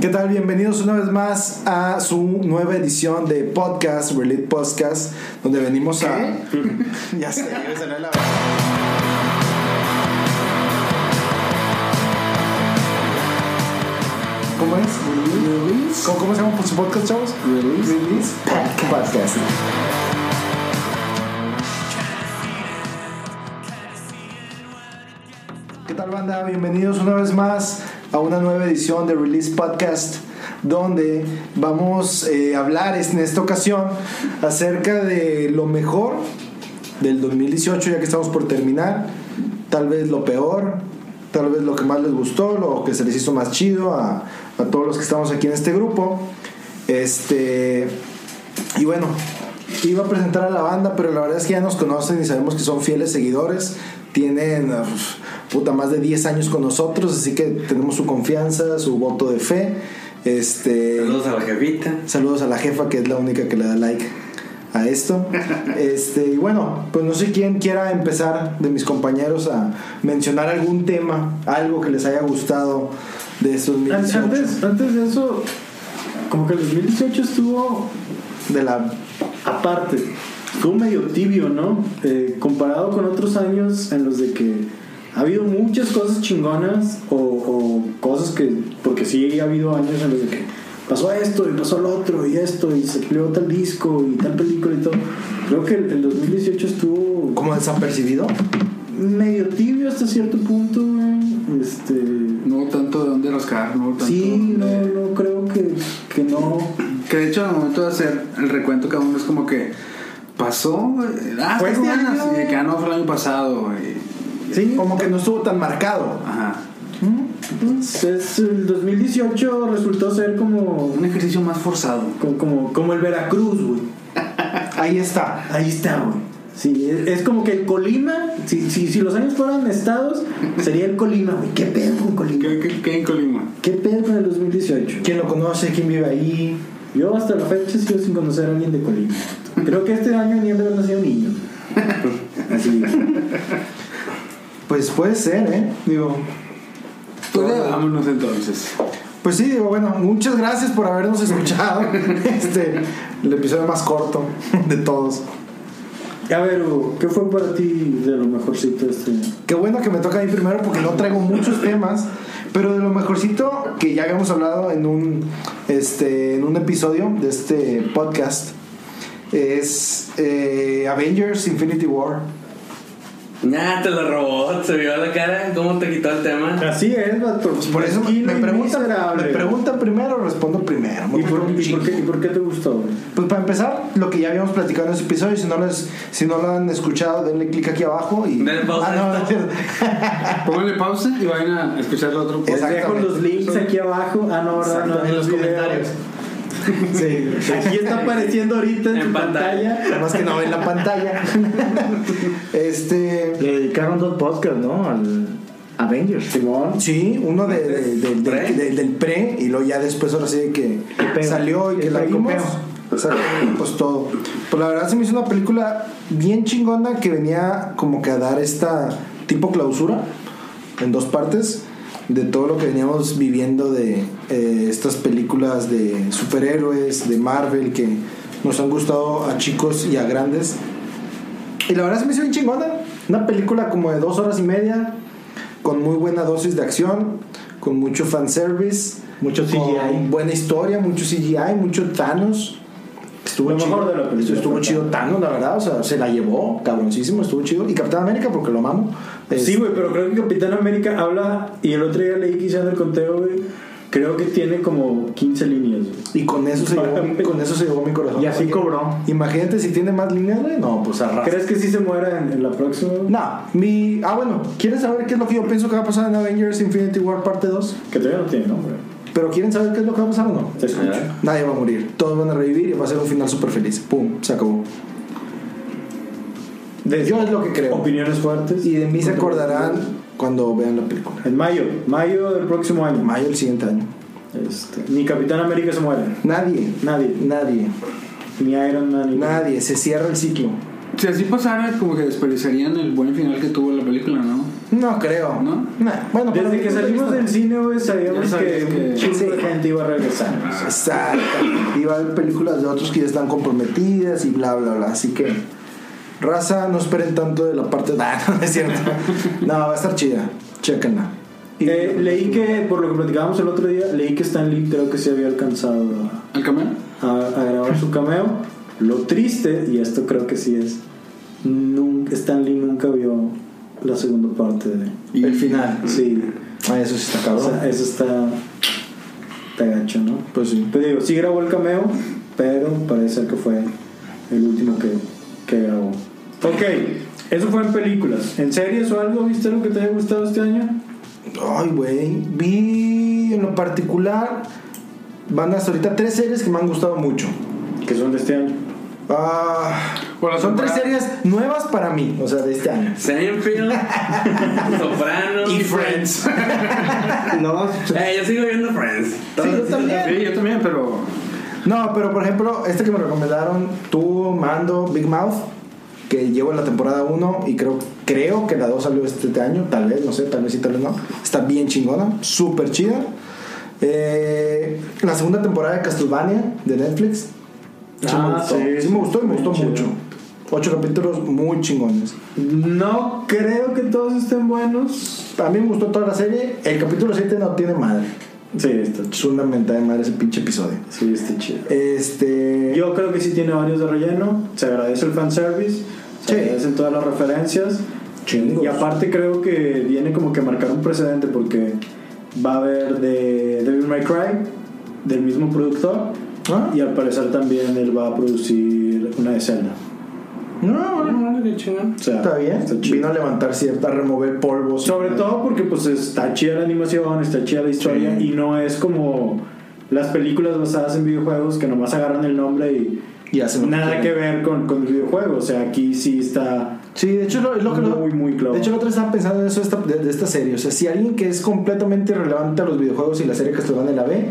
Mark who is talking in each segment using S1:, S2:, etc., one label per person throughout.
S1: ¿Qué tal? Bienvenidos una vez más a su nueva edición de podcast, Relate Podcast, donde venimos a. ya sé, ya se me la ¿Cómo es? Release. ¿Cómo, cómo se llama por su podcast, chavos? Release. Release. Podcast. ¿Qué tal, banda? Bienvenidos una vez más a una nueva edición de Release Podcast, donde vamos eh, a hablar es- en esta ocasión acerca de lo mejor del 2018, ya que estamos por terminar, tal vez lo peor, tal vez lo que más les gustó, lo que se les hizo más chido a, a todos los que estamos aquí en este grupo. Este, y bueno, iba a presentar a la banda, pero la verdad es que ya nos conocen y sabemos que son fieles seguidores. Tienen uf, puta, más de 10 años con nosotros, así que tenemos su confianza, su voto de fe. Este,
S2: Saludos a la jefita.
S1: Saludos a la jefa que es la única que le da like a esto. Este, y bueno, pues no sé quién quiera empezar de mis compañeros a mencionar algún tema, algo que les haya gustado de estos
S3: An-
S1: 2018.
S3: Antes, antes de eso, como que el 2018 estuvo
S1: De la
S3: aparte, estuvo medio tibio, ¿no? Eh, comparado con otros años en los de que ha habido muchas cosas chingonas o, o cosas que, porque sí ha habido años en los de que pasó esto y pasó lo otro y esto y se creó tal disco y tal película y todo. Creo que el, el 2018 estuvo
S1: como desapercibido.
S3: medio tibio hasta cierto punto, güey. Este,
S4: No hubo tanto de dónde rascar, no hubo tanto.
S3: Sí, no,
S4: de-
S3: no creo que, que no.
S4: Que de hecho, al momento de hacer el recuento, cada uno es como que pasó. eh, Ah,
S1: Fue
S4: este
S1: este
S4: año.
S1: año.
S4: Y de que ah, no fue el año pasado. güey.
S1: Sí, como que no estuvo tan marcado.
S4: Ajá.
S3: pues, Es, el 2018 resultó ser como,
S4: Un ejercicio más forzado.
S3: como, como, como el Veracruz, güey.
S1: Ahí está.
S3: Ahí está, güey. Sí, es, es como que el Colima, si, si, si los años fueran estados, sería el Colima, güey. ¿Qué pedo con Colima?
S4: ¿Qué, qué, qué en Colima?
S3: ¿Qué pedo con el 2018?
S1: ¿Quién lo conoce? ¿Quién vive ahí?
S3: Yo hasta la fecha sigo sin conocer a alguien de Colima. Creo que este año ni han de haber nacido un niño. Así.
S1: Pues puede ser, ¿eh? Digo,
S4: Pues ya, vámonos entonces.
S1: Pues sí, digo, bueno, muchas gracias por habernos escuchado. Este, el episodio más corto de todos.
S3: A ver, Hugo, ¿qué fue para ti de lo mejorcito este año?
S1: Qué bueno que me toca a mí primero porque no traigo muchos temas, pero de lo mejorcito que ya habíamos hablado en un, este, en un episodio de este podcast es eh, Avengers Infinity War.
S2: Ya te lo robó, se vio la cara, ¿cómo te quitó el tema?
S3: Así es, vato.
S1: Pues Por eso me, me
S3: Tranquilo y
S1: preguntan,
S3: miserable.
S1: me preguntan primero, respondo primero.
S3: ¿Y por, y por qué, y por qué te gustó? güey?
S1: Pues para empezar, lo que ya habíamos platicado en ese episodio, si no, les, si no lo han escuchado, denle clic aquí abajo y...
S2: Denle pausa
S1: Ah, no,
S2: a
S1: no,
S2: esto.
S1: no.
S4: Pónganle pausa y vayan a escuchar el otro.
S3: Les
S1: Exactamente.
S3: dejo los links aquí abajo. Ah, no, ¿verdad? No,
S1: Exacto, en los
S3: videos.
S1: comentarios. Sí,
S3: Aquí está apareciendo ahorita en,
S2: En
S3: tu
S2: pantalla.
S3: pantalla.
S1: nada más que no ven la pantalla. Este,
S5: Le dedicaron dos podcasts, ¿no? Al Avengers.
S3: Simón.
S1: sí, uno de- de- del- del-
S2: ¿Pre?
S1: del- del pre y luego ya después ahora sí de que
S5: peo.
S1: salió y que
S5: El
S1: la vimos.
S5: precopeo.
S1: Salió, Pues todo. Pues la verdad se me hizo una película bien chingona que venía como que a dar esta tipo clausura en dos partes de todo lo que veníamos viviendo de eh, estas películas de superhéroes, de Marvel, que nos han gustado a chicos y a grandes. Y la verdad se me hizo bien chingona. Una película como de dos horas y media, con muy buena dosis de acción, con mucho fanservice,
S3: Mucho
S1: con
S3: CGI.
S1: buena historia, mucho CGI, mucho Thanos. Estuvo
S3: Lo
S1: chido.
S3: mejor de la película.
S1: Estuvo chido Thanos, la verdad. O sea, se la llevó, cabroncísimo, estuvo chido. Y Capitán América, porque lo amamos. Es-
S3: Sí, güey, pero creo que Capitán América habla. Y el otro día leí que hicieron el conteo, güey. Creo que tiene como 15 líneas, güey.
S1: Y con eso, se llevó, con eso se llevó mi corazón.
S5: Y así
S1: Porque-
S5: cobró.
S1: Imagínate si tiene más líneas, güey. No, pues arrastra.
S3: ¿Crees que sí se muera en, en la próxima? güey?
S1: No, mi. Ah, bueno, ¿quieren saber qué es lo que yo pienso que va a pasar en Avengers Infinity War parte 2?
S3: Que todavía no tiene nombre.
S1: Pero ¿quieren saber qué es lo que va a pasar o no?
S3: Te escucho.
S1: Nadie va a morir, todos van a revivir y va a ser un final súper feliz. Pum, se acabó. Yo es lo que creo.
S3: Opiniones fuertes.
S1: Y de mí se acordarán cuando vean la película.
S3: En mayo, mayo del próximo
S1: En
S3: año.
S1: mayo del siguiente año.
S3: Este, ni Capitán América se muere,
S1: Nadie,
S3: nadie,
S1: nadie,
S3: ni Iron Man, ni
S1: nadie, se cierra el ciclo.
S4: Si así pasara, como que desperdiciarían el buen final que tuvo la película, ¿no?
S1: No creo.
S4: ¿No?
S1: Nah, bueno, pero
S3: Desde que salimos del cine, güey, sabíamos
S4: Ya
S3: que
S4: sabías
S3: un
S4: que-
S3: chingo de
S1: Sí.
S3: gente iba a regresar.
S1: Exacto. Y va a haber películas de otros que ya están comprometidas y bla, bla, bla. Así que, raza, no esperen tanto de la parte. Nah, no es cierto. No, va a estar chida. Chéquenla.
S3: Eh, leí que, por lo que platicábamos el otro día, leí que Stan Lee creo que se había alcanzado a-
S4: ¿Al cameo?
S3: a, a grabar su cameo. Lo triste, y esto creo que sí es, nunca, Stan Lee nunca vio la segunda parte de...
S4: Y-
S1: El final.
S3: Sí,
S1: Ah, eso sí está
S3: o
S1: cabrón.
S3: sea, eso está... Está gacho, ¿no?
S1: pues sí.
S3: Pero digo, sí grabó el cameo, pero parece ser que fue el último que, que grabó. Ok, eso fue en películas. ¿En series o algo? ¿Viste lo que te haya gustado este año?
S1: Ay, güey. Vi en lo particular. Van hasta ahorita tres series que me han gustado mucho.
S3: Que son de este año.
S1: Ah,
S4: Bueno,
S1: son tres
S4: temporada-
S1: series nuevas para mí, o sea, de este año.
S6: Seinfeld, Sopranos
S1: Y Friends.
S7: No,
S6: Eh, yo sigo viendo Friends. Todos-
S1: yo también.
S4: Sí, yo también, pero.
S1: No, pero por ejemplo, este que me recomendaron tú, Mando, Big Mouth, que llevo en la temporada 1 y creo, creo que la 2 salió este año, tal vez, no sé, tal vez sí, tal vez no. Está bien chingona, súper chida. Eh, la segunda temporada de Castlevania de Netflix. Sí,
S3: Ah,
S1: me gustó.
S3: sí,
S1: Sí me gustó y me gustó
S3: muy
S1: mucho.
S3: chido.
S1: Ocho capítulos muy chingones.
S3: No creo que todos estén buenos.
S1: A mí me gustó toda la serie. El capítulo 7 no tiene madre.
S3: Sí, está
S1: Es una mentada de madre ese pinche episodio.
S3: Sí, está chido.
S1: Este.
S3: Yo creo que sí tiene varios de relleno. Se agradece el fanservice. Se
S1: Sí.
S3: agradecen todas las referencias.
S1: Chingos.
S3: Y aparte creo que viene como que a marcar un precedente porque va a haber de Devil May Cry, del mismo productor.
S1: ¿Ah?
S3: Y al parecer también él va a producir una de Zelda.
S1: No, bueno.
S6: Órale, qué chingón.
S3: O sea,
S1: Está bien.
S3: está chido.
S1: Vino a levantar cierta, a remover polvos.
S3: Sobre todo porque pues está chida la animación, está chida la historia
S1: Sí.
S3: y no es como las películas basadas en videojuegos que nomás agarran el nombre y
S1: Y hace lo
S3: nada
S1: quieren.
S3: que ver con, con el videojuego. O sea, aquí sí está...
S1: Sí, de hecho, lo- es lo que lo-
S3: Muy, muy claro.
S1: De hecho, el otro estaba pensando en eso de esta- de, de esta serie. O sea, si alguien que es completamente irrelevante a los videojuegos y la serie Castlevania la ve,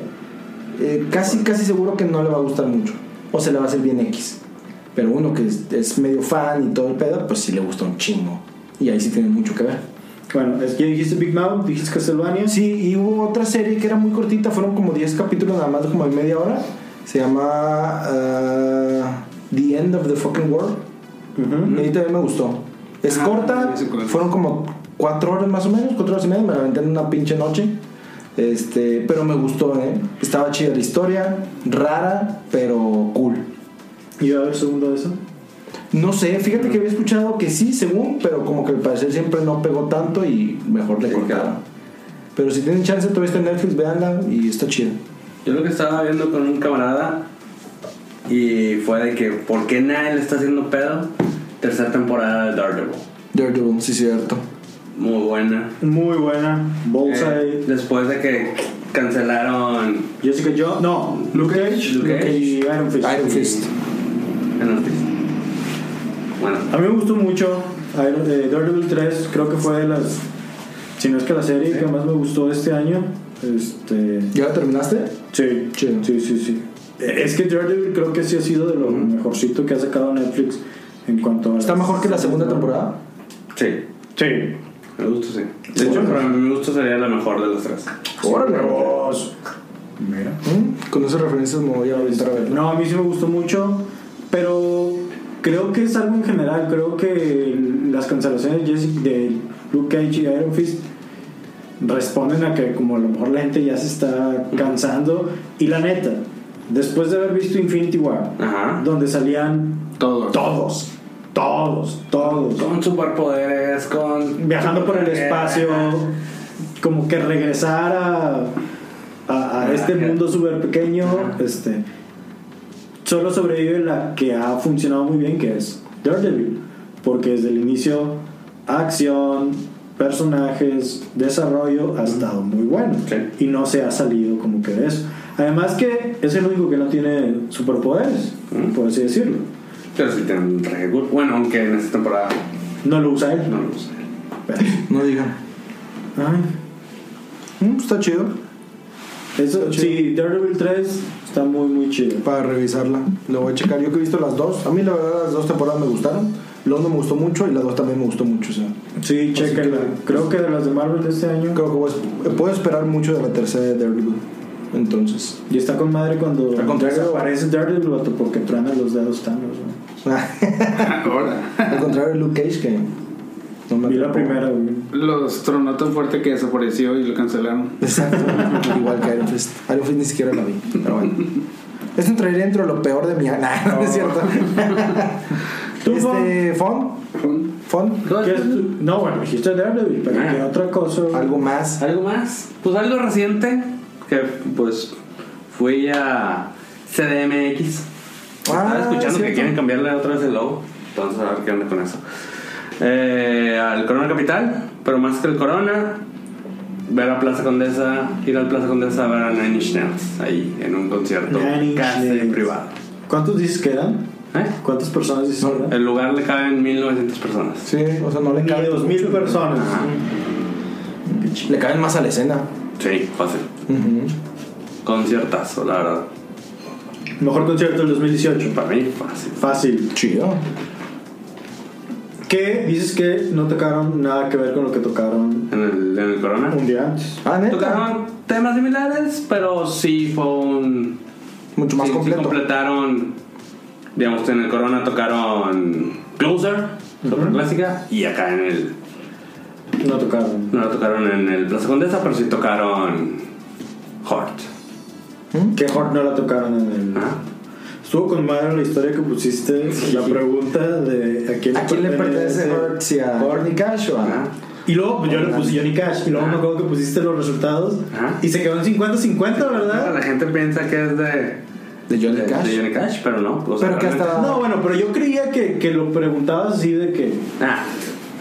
S1: eh, casi, casi seguro que no le va a gustar mucho. O se le va a hacer bien X. Pero uno que es, es medio fan y todo el pedo, pues sí le gusta un chingo. Y ahí sí tiene mucho que ver.
S3: Bueno, es que dijiste Big Mouth, dijiste Castlevania.
S1: Sí, y hubo otra serie que era muy cortita, fueron como 10 capítulos nada más, como de media hora. Se llama ah, The End of the Fucking World.
S3: Ujú.
S1: A mí también me gustó. Es
S4: Ah,
S1: corta,
S4: sí, sí, corta.
S1: fueron como cuatro horas más o menos, cuatro horas y media, me la aventé en una pinche noche. Este, pero me gustó, ¿eh? Estaba chida la historia, rara, pero cool.
S3: ¿Y va a haber segundo de eso?
S1: No sé, fíjate que había escuchado que sí, según, pero como que al parecer siempre no pegó tanto y mejor le
S6: Sí,
S1: cortaron.
S6: claro.
S1: Pero si tienen chance, todavía está en Netflix, véanla y está chida.
S6: Yo lo que estaba viendo con un camarada y fue de que, ¿por qué nadie le está haciendo pedo? Tercera temporada de Daredevil.
S1: Daredevil, sí, cierto.
S6: Muy buena.
S3: Muy buena. Bullseye.
S6: Eh, después de que cancelaron
S3: Jessica Jones. No, Luke Cage.
S6: Luke Cage.
S3: Y Iron Fist.
S1: Iron Fist.
S6: en los Bueno,
S3: A mí me gustó mucho Iron- eh, Daredevil 3, creo que fue de las, si no es que la serie que más me gustó este año. Este,
S1: ¿Ya la terminaste?
S3: sí,
S1: Chido.
S3: sí, sí, sí. Eh, Es que Daredevil creo que sí ha sido de lo mejorcito que ha sacado Netflix en cuanto a...
S1: ¿Está
S3: las-
S1: mejor que la segunda temporada?
S6: sí.
S3: Sí.
S6: Me gusta, sí. De hecho, para mí me gusta sería la mejor de las tres.
S1: Órale.
S3: Huevos. Mira.
S1: ¿Mm? Con esas referencias me voy a aventar a verla.
S3: No, a mí sí me gustó mucho, pero creo que es algo en general. Creo que el- las cancelaciones de, Jesse- de Luke Cage y Iron Fist responden a que como a lo mejor la gente ya se está cansando. Y la neta, después de haber visto Infinity War,
S6: Ajá.
S3: donde salían
S4: Todo.
S3: todos, todos, todos,
S6: Con superpoderes, con.
S3: viajando por el espacio, como que regresar a, a, a este mundo súper pequeño, este, solo sobrevive la que ha funcionado muy bien, que es Daredevil, porque desde el inicio, acción, personajes, desarrollo ha estado muy bueno
S6: Sí.
S3: y no se ha salido como que de eso. Además que es el único que no tiene superpoderes, por así decirlo.
S6: Pero sí tiene un traje cool. Bueno, aunque en esta temporada
S3: No lo usa él.
S6: no lo usa.
S3: Pero-
S1: No digan.
S3: Ay.
S1: Mm, está chido.
S3: Eso, sí, Daredevil 3 está muy, muy chido.
S1: Para revisarla. Lo voy a checar. Yo que he visto las dos. A mí la verdad las dos temporadas me gustaron. La uno me gustó mucho y la dos también me gustó mucho. O sea,
S3: Sí, chequenla.
S8: que-
S3: Creo que de las de Marvel de este año.
S8: Creo que voy a- eh, puedo esperar mucho de la tercera de Daredevil. Entonces.
S3: Y está con madre cuando
S6: Está con
S3: Daredevil
S6: pesado.
S3: aparece Daredevil vato, porque truena los dedos Thanos. ¿no?
S4: Ahora.
S8: Al contrario de Luke Cage, que. No me
S3: Vi la
S8: atrapó.
S3: primera, güey.
S4: Los tronó tan fuerte que desapareció y lo cancelaron.
S8: Exacto. Igual que Iron Fist. Iron Fist ni siquiera la vi. Pero bueno. Esto entraría dentro de lo peor de mi año. Nah, no es cierto.
S3: ¿Tú,
S8: este. Fon. Fon.
S3: ¿Qué es tu- No, bueno, dijiste Daredevil, pero
S6: Ah.
S3: ¿qué otra cosa? güey?
S8: Algo más.
S6: ¿Algo más? Pues algo reciente que pues fui a CDMX. Estaba
S8: Ah,
S6: escuchando que
S8: cierto.
S6: quieren cambiarle otra vez el logo. Entonces a ver qué onda con eso. Eh, al Corona Capital, pero más que el Corona, ver a Plaza Condesa, ir al Plaza Condesa a ver a Nine Inch Nails ahí en un concierto
S3: Nine Inch
S6: casi
S3: Nails.
S6: privado.
S3: ¿Cuántos dices que eran?
S6: ¿Eh?
S3: ¿Cuántas personas dices que eran?
S6: El lugar le caben 1900 personas.
S8: Sí, o sea, no le
S3: Ni
S8: caben.
S3: dos mil personas.
S6: Ajá.
S8: Le caben más a la escena.
S6: Sí, fácil. Conciertazo, la verdad.
S3: Mejor concierto del 2018.
S6: Para mí, fácil.
S3: Fácil.
S8: Chido.
S3: ¿Qué? Dices que no tocaron nada que ver con lo que tocaron
S6: En el, en el Corona.
S3: un día antes.
S8: Ah, neta.
S6: Tocaron temas similares, pero sí fue un.
S8: Mucho más
S6: sí- sí
S8: completo.
S6: completaron. Digamos, en el Corona tocaron Closer, super clásica, y acá en el.
S3: No tocaron.
S6: No la tocaron en el Plaza Condesa, pero sí tocaron. Heart.
S8: ¿Mm?
S3: Que Hort no la tocaron en el.
S6: Ajá.
S3: Estuvo con madre la historia que pusiste, la pregunta de a quién,
S8: ¿A quién le pertenece Hurt? Si a
S3: Hurt?
S8: Johnny Cash o a.?
S3: Y luego pues, yo le puse Johnny Cash, y luego me acuerdo que pusiste los resultados,
S6: Ajá.
S3: y se quedó en 50-50, ¿verdad?
S6: La gente piensa que es de.
S8: De Johnny
S6: de-
S8: Cash.
S6: de Johnny Cash, pero no. o sea,
S8: Pero que
S6: realmente-
S8: hasta.
S3: No, bueno, pero yo creía que, que lo preguntabas así de que.
S6: Ah,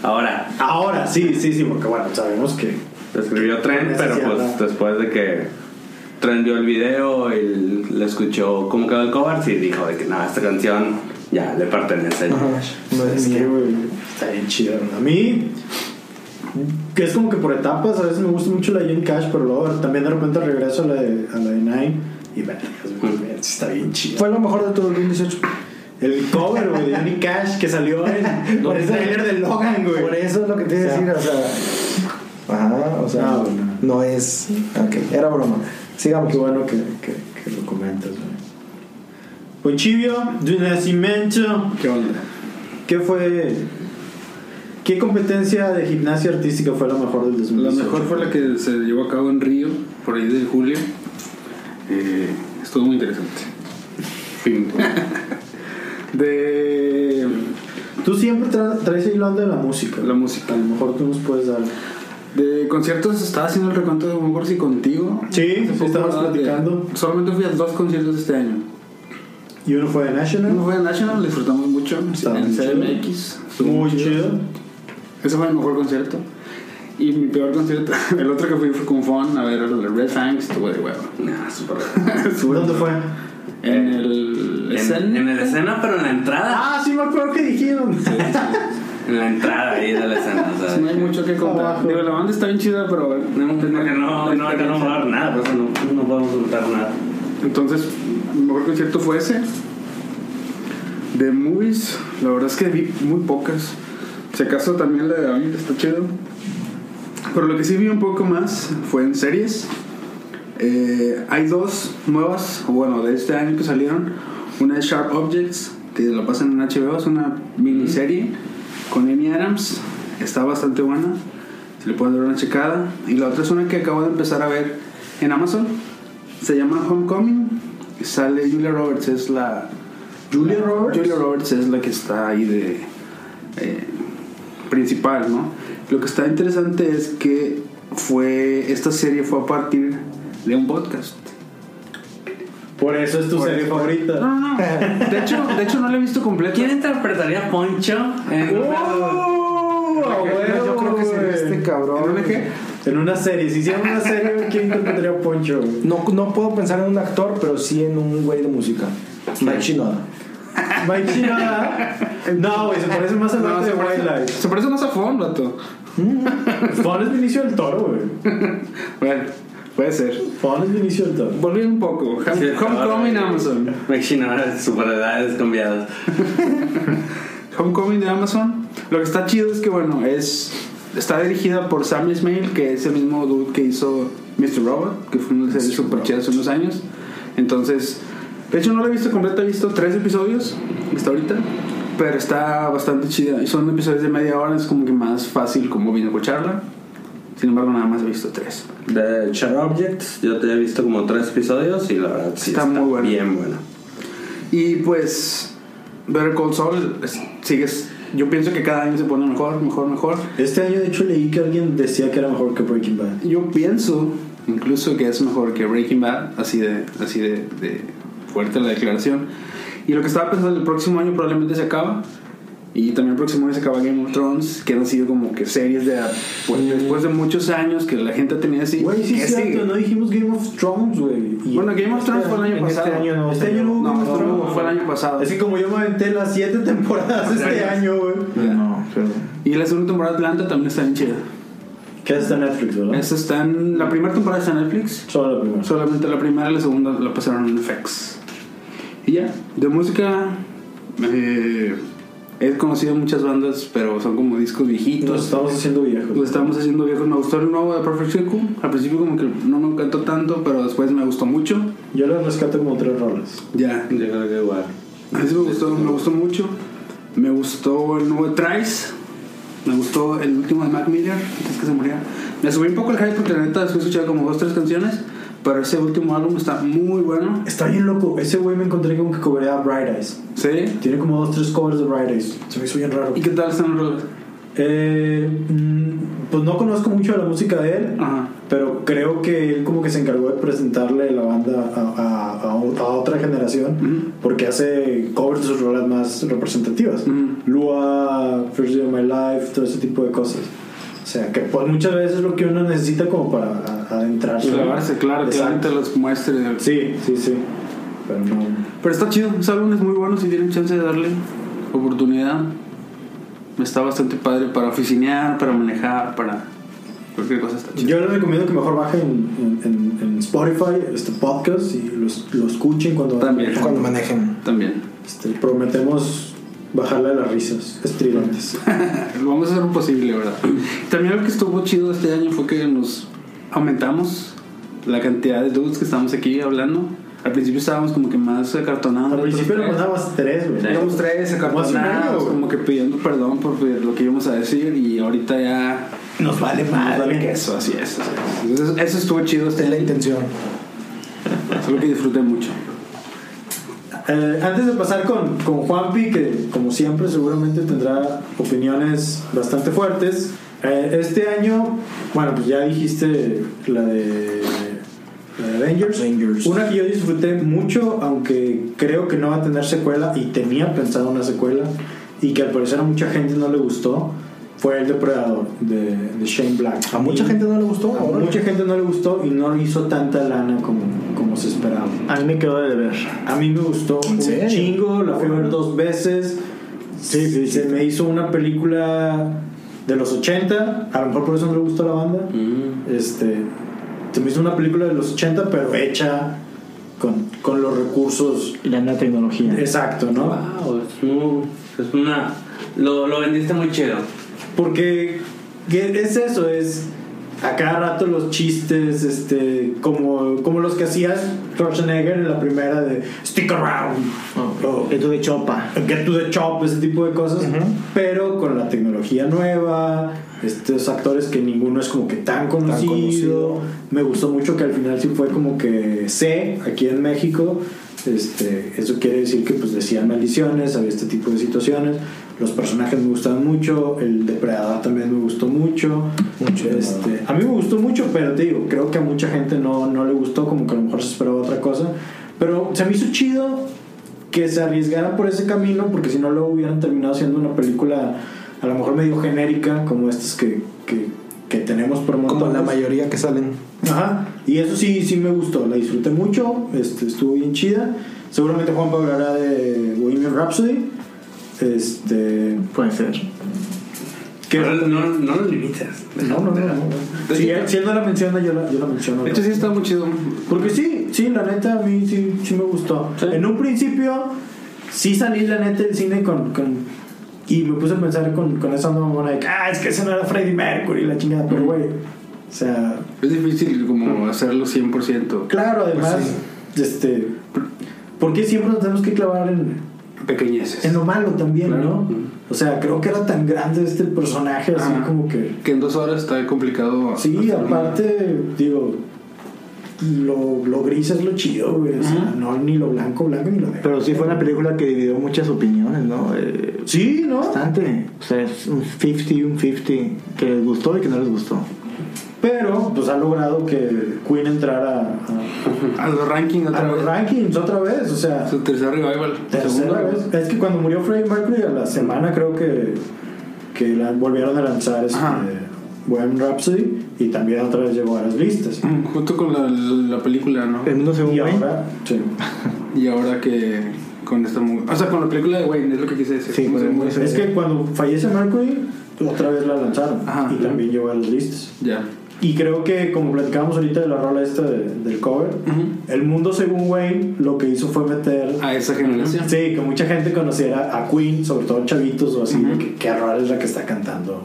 S6: ahora.
S3: Ahora, sí, sí, sí, porque bueno, sabemos que.
S6: Lo escribió Trent,
S3: Esa
S6: pero
S3: sí,
S6: pues
S3: ¿verdad?
S6: después de que Trent vio el video y le escuchó cómo quedó el cover, sí dijo de que nada, esta canción ya le pertenece a
S8: Ajá,
S6: Johnny Cash.
S8: No es
S3: Es que,
S8: mío.
S3: güey, está bien chido. A mí, que es como que por etapas, a veces me gusta mucho la de Johnny Cash, pero luego también de repente regreso a la de, a la de Nine y verga, güey, está bien chido.
S8: Fue lo mejor de todo el 2018.
S3: El cover, güey, de Johnny Cash que salió en,
S8: Por
S3: en el
S8: eso-
S3: trailer de Logan, güey.
S8: Por eso es lo que te iba a decir, o sea. Ajá, o sea,
S3: No,
S8: no,
S3: no.
S8: es. Ok, era broma. Sigamos.
S3: Qué bueno que, que- que lo comentas, güey. Ponchivio, de nacimiento.
S4: ¿Qué onda?
S3: ¿Qué fue? ¿Qué competencia de gimnasia artística fue la mejor del 2018?
S4: La mejor fue la que se llevó a cabo en Río, por ahí de julio. Eh, estuvo muy interesante. Fin. de
S3: Tú siempre tra- traes el onda de la música.
S4: la música.
S3: A lo mejor tú nos puedes dar.
S4: De conciertos estaba haciendo el recuento de no me acuerdo si contigo.
S3: Sí,
S4: Hace
S3: sí,
S4: poco,
S3: estabas
S4: ¿verdad? De-
S3: platicando.
S4: Solamente fui a dos conciertos este año.
S3: Y uno fue de National.
S4: Uno fue a National, disfrutamos mucho.
S3: Estaba
S4: en
S3: muy chido.
S4: CMX. estuvo
S3: Muy chido.
S4: Ese fue el mejor concierto. Y mi peor concierto, el otro que fui fue con Fon a ver el Red Fang, estuvo de huevo.
S6: Nah, súper.
S4: Estuvo-
S3: ¿Dónde fue?
S4: En el.
S6: en, en la escena, pero en la entrada.
S3: Ah, sí me acuerdo que dijeron.
S6: En la entrada ahí de la escena. O sea,
S4: No hay mucho que contar.
S3: Abajo.
S4: Digo, la banda está bien chida, pero a ver,
S6: no, no, no, no, no,
S4: experiencia.
S6: vamos a hablar nada, por eso no, no podemos soltar nada.
S4: Entonces, mi mejor concierto fue ese. De movies, la verdad es que vi muy pocas. Si acaso también la de David está chido. Pero lo que sí vi un poco más fue en series. Eh, hay dos nuevas, o bueno, de este año que salieron. Una es Sharp Objects, que la pasan en HBO, es una miniserie con Amy Adams. Está bastante buena, se le pueden dar una checada. Y la otra es una que acabo de empezar a ver en Amazon. Se llama Homecoming. Sale Julia Roberts, es la.
S3: ¿Julia Roberts?
S4: Julia Roberts es la que está ahí de. eh, principal, ¿no? Lo que está interesante es que fue esta serie fue a partir de un podcast.
S3: Por eso es tu serie favorita.
S4: No, no, no. De hecho, de hecho no la he visto completa. Eh,
S6: ¿Quién interpretaría a Poncho? En
S3: Uh, ¡Oh! a huevo,
S8: yo creo que sería
S3: güey.
S8: este cabrón.
S4: ¿En una qué?
S3: En una serie. Si hicieran una serie, güey, ¿quién interpretaría a Poncho? güey?
S8: No, no puedo pensar en un actor, pero sí en un güey de música. Mike Shinoda.
S3: Mike Shinoda. No, este güey, se parece más al
S4: No,
S3: vato
S4: se,
S3: de
S4: parece,
S3: Wildlife.
S4: se parece más a Fon, vato.
S3: Fon es Vinicio del Toro, güey.
S4: Bueno, puede ser.
S3: Fon es Vinicio del Toro.
S4: Volví un poco. Home-
S6: Sí,
S4: Homecoming
S6: ahora-
S4: Amazon.
S6: Mexicana, super edades cambiadas.
S4: Homecoming de Amazon. Lo que está chido es que, bueno, es está dirigida por Sam Ismail, que es el mismo dude que hizo Mr. Robot, que fue una serie super chida hace unos años. Entonces, de hecho no la he visto completa, he visto tres episodios hasta ahorita, pero está bastante chida. Y son episodios de media hora, es como que más fácil como vino a escucharla. Sin embargo, nada más he visto tres.
S6: De Char Objects, yo te he visto como tres episodios y la verdad sí
S4: Está muy bueno.
S6: bien bueno.
S4: Y pues, Better Call Saul es- sigues. Yo pienso que cada año se pone mejor, mejor, mejor.
S3: Este año, de hecho, leí que alguien decía que era mejor que Breaking Bad.
S4: Yo pienso incluso que es mejor que Breaking Bad, así de, así de, de fuerte la declaración. Y lo que estaba pensando, el próximo año probablemente se acaba. Y también el próximo año se acaba Game of Thrones, que han sido como que series de... pues, Después de muchos años que la gente ha tenido así...
S3: Mm. Güey, sí
S4: ¿qué
S3: es cierto,
S4: sigue?
S3: no dijimos Game of Thrones, güey. Y-
S4: Bueno, Game of Thrones fue el año
S3: en
S4: pasado.
S3: Este año no.
S4: Este año no hubo Game of Thrones, fue el año pasado.
S3: Es que como yo me aventé las 7 temporadas este
S4: Ya.
S3: año, güey.
S4: No, Y la segunda temporada de Atlanta también está bien chida.
S3: Que está en Netflix, ¿verdad?
S4: Esa está en- La primera temporada está en Netflix.
S3: Solo la primera.
S4: Solamente la primera y la segunda la pasaron en FX. Y ya, de música eh, he conocido muchas bandas, pero son como discos
S3: Nos
S4: viejitos.
S3: estamos haciendo
S4: Lo
S3: viejos.
S4: estamos haciendo viejos. Me gustó el nuevo de Perfect Circle. Al principio como que no me encantó tanto, pero después me gustó mucho.
S3: Yo le rescato como tres roles.
S4: Ya,
S6: Yo creo que igual.
S4: Ese me gustó, me gustó mucho. Me gustó el nuevo de Trice. Me gustó el último de Mac Miller, antes que se muriera. Me subí un poco el hype porque la neta después he escuchado como dos, tres canciones. Pero ese último álbum está muy bueno.
S3: Está bien loco. Ese güey me encontré con que cobraba Bright Eyes.
S4: Sí.
S3: Tiene como dos, tres covers de Bright Eyes. Se me hizo bien raro.
S4: ¿Y qué tal están los roles?
S3: Eh, mm, pues no conozco mucho de la música de él,
S4: Ajá.
S3: pero creo que él como que se encargó de presentarle la banda a, a- a o- a otra generación,
S4: Ujú.
S3: porque hace covers de sus rolas más representativas.
S4: Ujú.
S3: Lua, First Day of My Life, todo ese tipo de cosas. O sea, que pues muchas veces es lo que uno necesita como para a- adentrarse. ¿no?
S4: Clavarse, Pues claro, que
S3: Exacto.
S4: ahorita los muestre.
S3: Sí, sí, sí. Pero no.
S4: Pero está chido, ese álbum es muy bueno si tienen chance de darle oportunidad. Está bastante padre para oficinear, para manejar, para cualquier cosa está chido.
S3: Yo les recomiendo que mejor bajen en, en- en Spotify este podcast y los- lo escuchen cuando,
S4: También.
S3: cuando
S8: manejen.
S4: También.
S3: Este, prometemos bajarle a las risas estribantes.
S4: Ah, Lo vamos a hacer lo posible, ¿verdad? También lo que estuvo chido este año fue que nos aumentamos la cantidad de dudes que estamos aquí hablando. Al principio estábamos como que más acartonados.
S3: Al principio
S4: otros
S3: éramos
S4: tres.
S3: nada más tres, güey.
S4: Éramos tres
S3: Como hace un año,
S4: acartonados,
S3: güey.
S4: como que pidiendo perdón por lo que íbamos a decir y ahorita ya...
S8: Nos vale
S3: madre.
S4: Dale que eso, así es. así es. Entonces, eso estuvo chido, este
S8: Es la
S4: año.
S8: intención.
S4: es lo que disfruté mucho.
S3: Eh, antes de pasar con, con Juanpi, que como siempre seguramente tendrá opiniones bastante fuertes, eh, este año, bueno, pues ya dijiste la de, la de Avengers.
S8: Avengers.
S3: Una que yo disfruté mucho, aunque creo que no va a tener secuela y tenía pensado una secuela y que al parecer a mucha gente no le gustó, fue El Depredador de, de Shane Black.
S8: A mucha
S3: Y-
S8: gente no le gustó.
S3: a
S8: ahora.
S3: mucha gente no le gustó y no hizo tanta lana como, como se esperaba.
S5: A mí me quedó de ver.
S3: A mí me gustó
S8: ¿En
S3: un
S8: serio?
S3: chingo, la fui a ver dos veces.
S5: Sí, sí,
S3: Se
S5: sí.
S3: me hizo una película de los 80, a lo mejor por eso no le gustó a la banda.
S5: Mm.
S3: Este, se me hizo una película de los 80, pero hecha con, con los recursos
S5: La nanotecnología.
S3: exacto, ¿no?
S6: Wow, es, muy- es una. Lo, lo vendiste muy chido.
S3: Porque que es eso, es a cada rato los chistes, este, como, como los que hacías Schwarzenegger en la primera de Stick Around. O-
S5: Esto de chopa.
S3: Get to the Chop, ese tipo de cosas,
S8: Ujú.
S3: pero con la tecnología nueva, estos actores que ninguno es como que tan conocido.
S8: conocido.
S3: Me gustó mucho que al final sí fue como que C aquí en México. Este, eso quiere decir que pues decían maldiciones, había este tipo de situaciones. Los personajes me gustaban mucho, el depredador también me gustó mucho.
S8: Mucho,
S3: Este, a mí me gustó mucho, pero te digo, creo que a mucha gente no, no le gustó, como que a lo mejor se esperaba otra cosa. Pero se me hizo chido que se arriesgaran por ese camino, porque si no lo hubieran terminado siendo una película a lo mejor medio genérica, como estas que, que, que tenemos por
S8: Como la
S3: montones.
S8: mayoría que salen.
S3: Ajá, y eso sí, sí me gustó, la disfruté mucho, este, estuvo bien chida. Seguramente Juan hablará de Bohemian Rhapsody. Este,
S5: Puede ser.
S3: que,
S6: No, no, no lo limites.
S3: no, no, no, no. Si, él- si él no la menciona, yo la, yo la menciono.
S4: De hecho, sí está muy chido.
S3: Porque sí, sí, la neta a mí sí, sí me gustó.
S4: Sí.
S3: En un principio, sí salí la neta del cine con, con, Y me puse a pensar con, con esa onda mamona de que, ah, es que ese no era Freddie Mercury, la chingada, pero güey. O sea,
S4: Es difícil como hacerlo 100%
S3: claro, además,
S4: Pues
S3: este. ¿Por qué siempre nos tenemos que clavar en,
S4: pequeñeces.
S3: en lo malo también,
S4: Claro.
S3: no?
S4: Mm.
S3: O sea, creo que era tan grande este personaje, así
S4: Ajá.
S3: como que.
S4: Que en dos horas está complicado.
S3: Sí,
S4: hacer una-
S3: aparte, digo, lo, lo gris es lo chido, güey. O sea,
S4: Ujú.
S3: no, ni lo blanco, blanco ni lo negro.
S1: Pero sí fue una película que dividió muchas opiniones, ¿no? Eh,
S3: Sí, ¿no?
S1: bastante. O sea, es un 50 y un 50. Que les gustó y que no les gustó.
S3: Pero, pues ha logrado que Queen entrara a,
S4: A los rankings
S3: a- a
S4: otra
S3: los
S4: vez.
S3: rankings otra vez. O sea,
S4: Su tercer revival.
S3: tercera
S4: Segunda
S3: vez. Es que cuando murió Freddie Mercury, a la semana creo que, que la volvieron a lanzar este,
S4: Ajá.
S3: Bohemian Rhapsody y también otra vez llegó a las listas.
S4: Mm, Junto con la, la película, ¿no?
S1: El mundo según
S3: Y
S1: Wayne.
S3: ahora, sí.
S4: Y ahora que con esta mu- O sea, con la película de Wayne, es lo que quise decir.
S1: Sí,
S4: No
S1: con
S4: sé,
S1: el-
S4: muy-
S3: pues, Es que cuando fallece Mercury, otra vez la lanzaron
S4: Ajá.
S3: y también llegó a las listas.
S4: Ya.
S3: Y creo que, como platicábamos ahorita de la rola esta de- del cover,
S4: Ujú.
S3: el mundo según Wayne lo que hizo fue meter.
S4: A esa generación.
S3: Sí, que mucha gente conociera a Queen, sobre todo chavitos o así,
S4: Ujú.
S3: de que qué rara es la que está cantando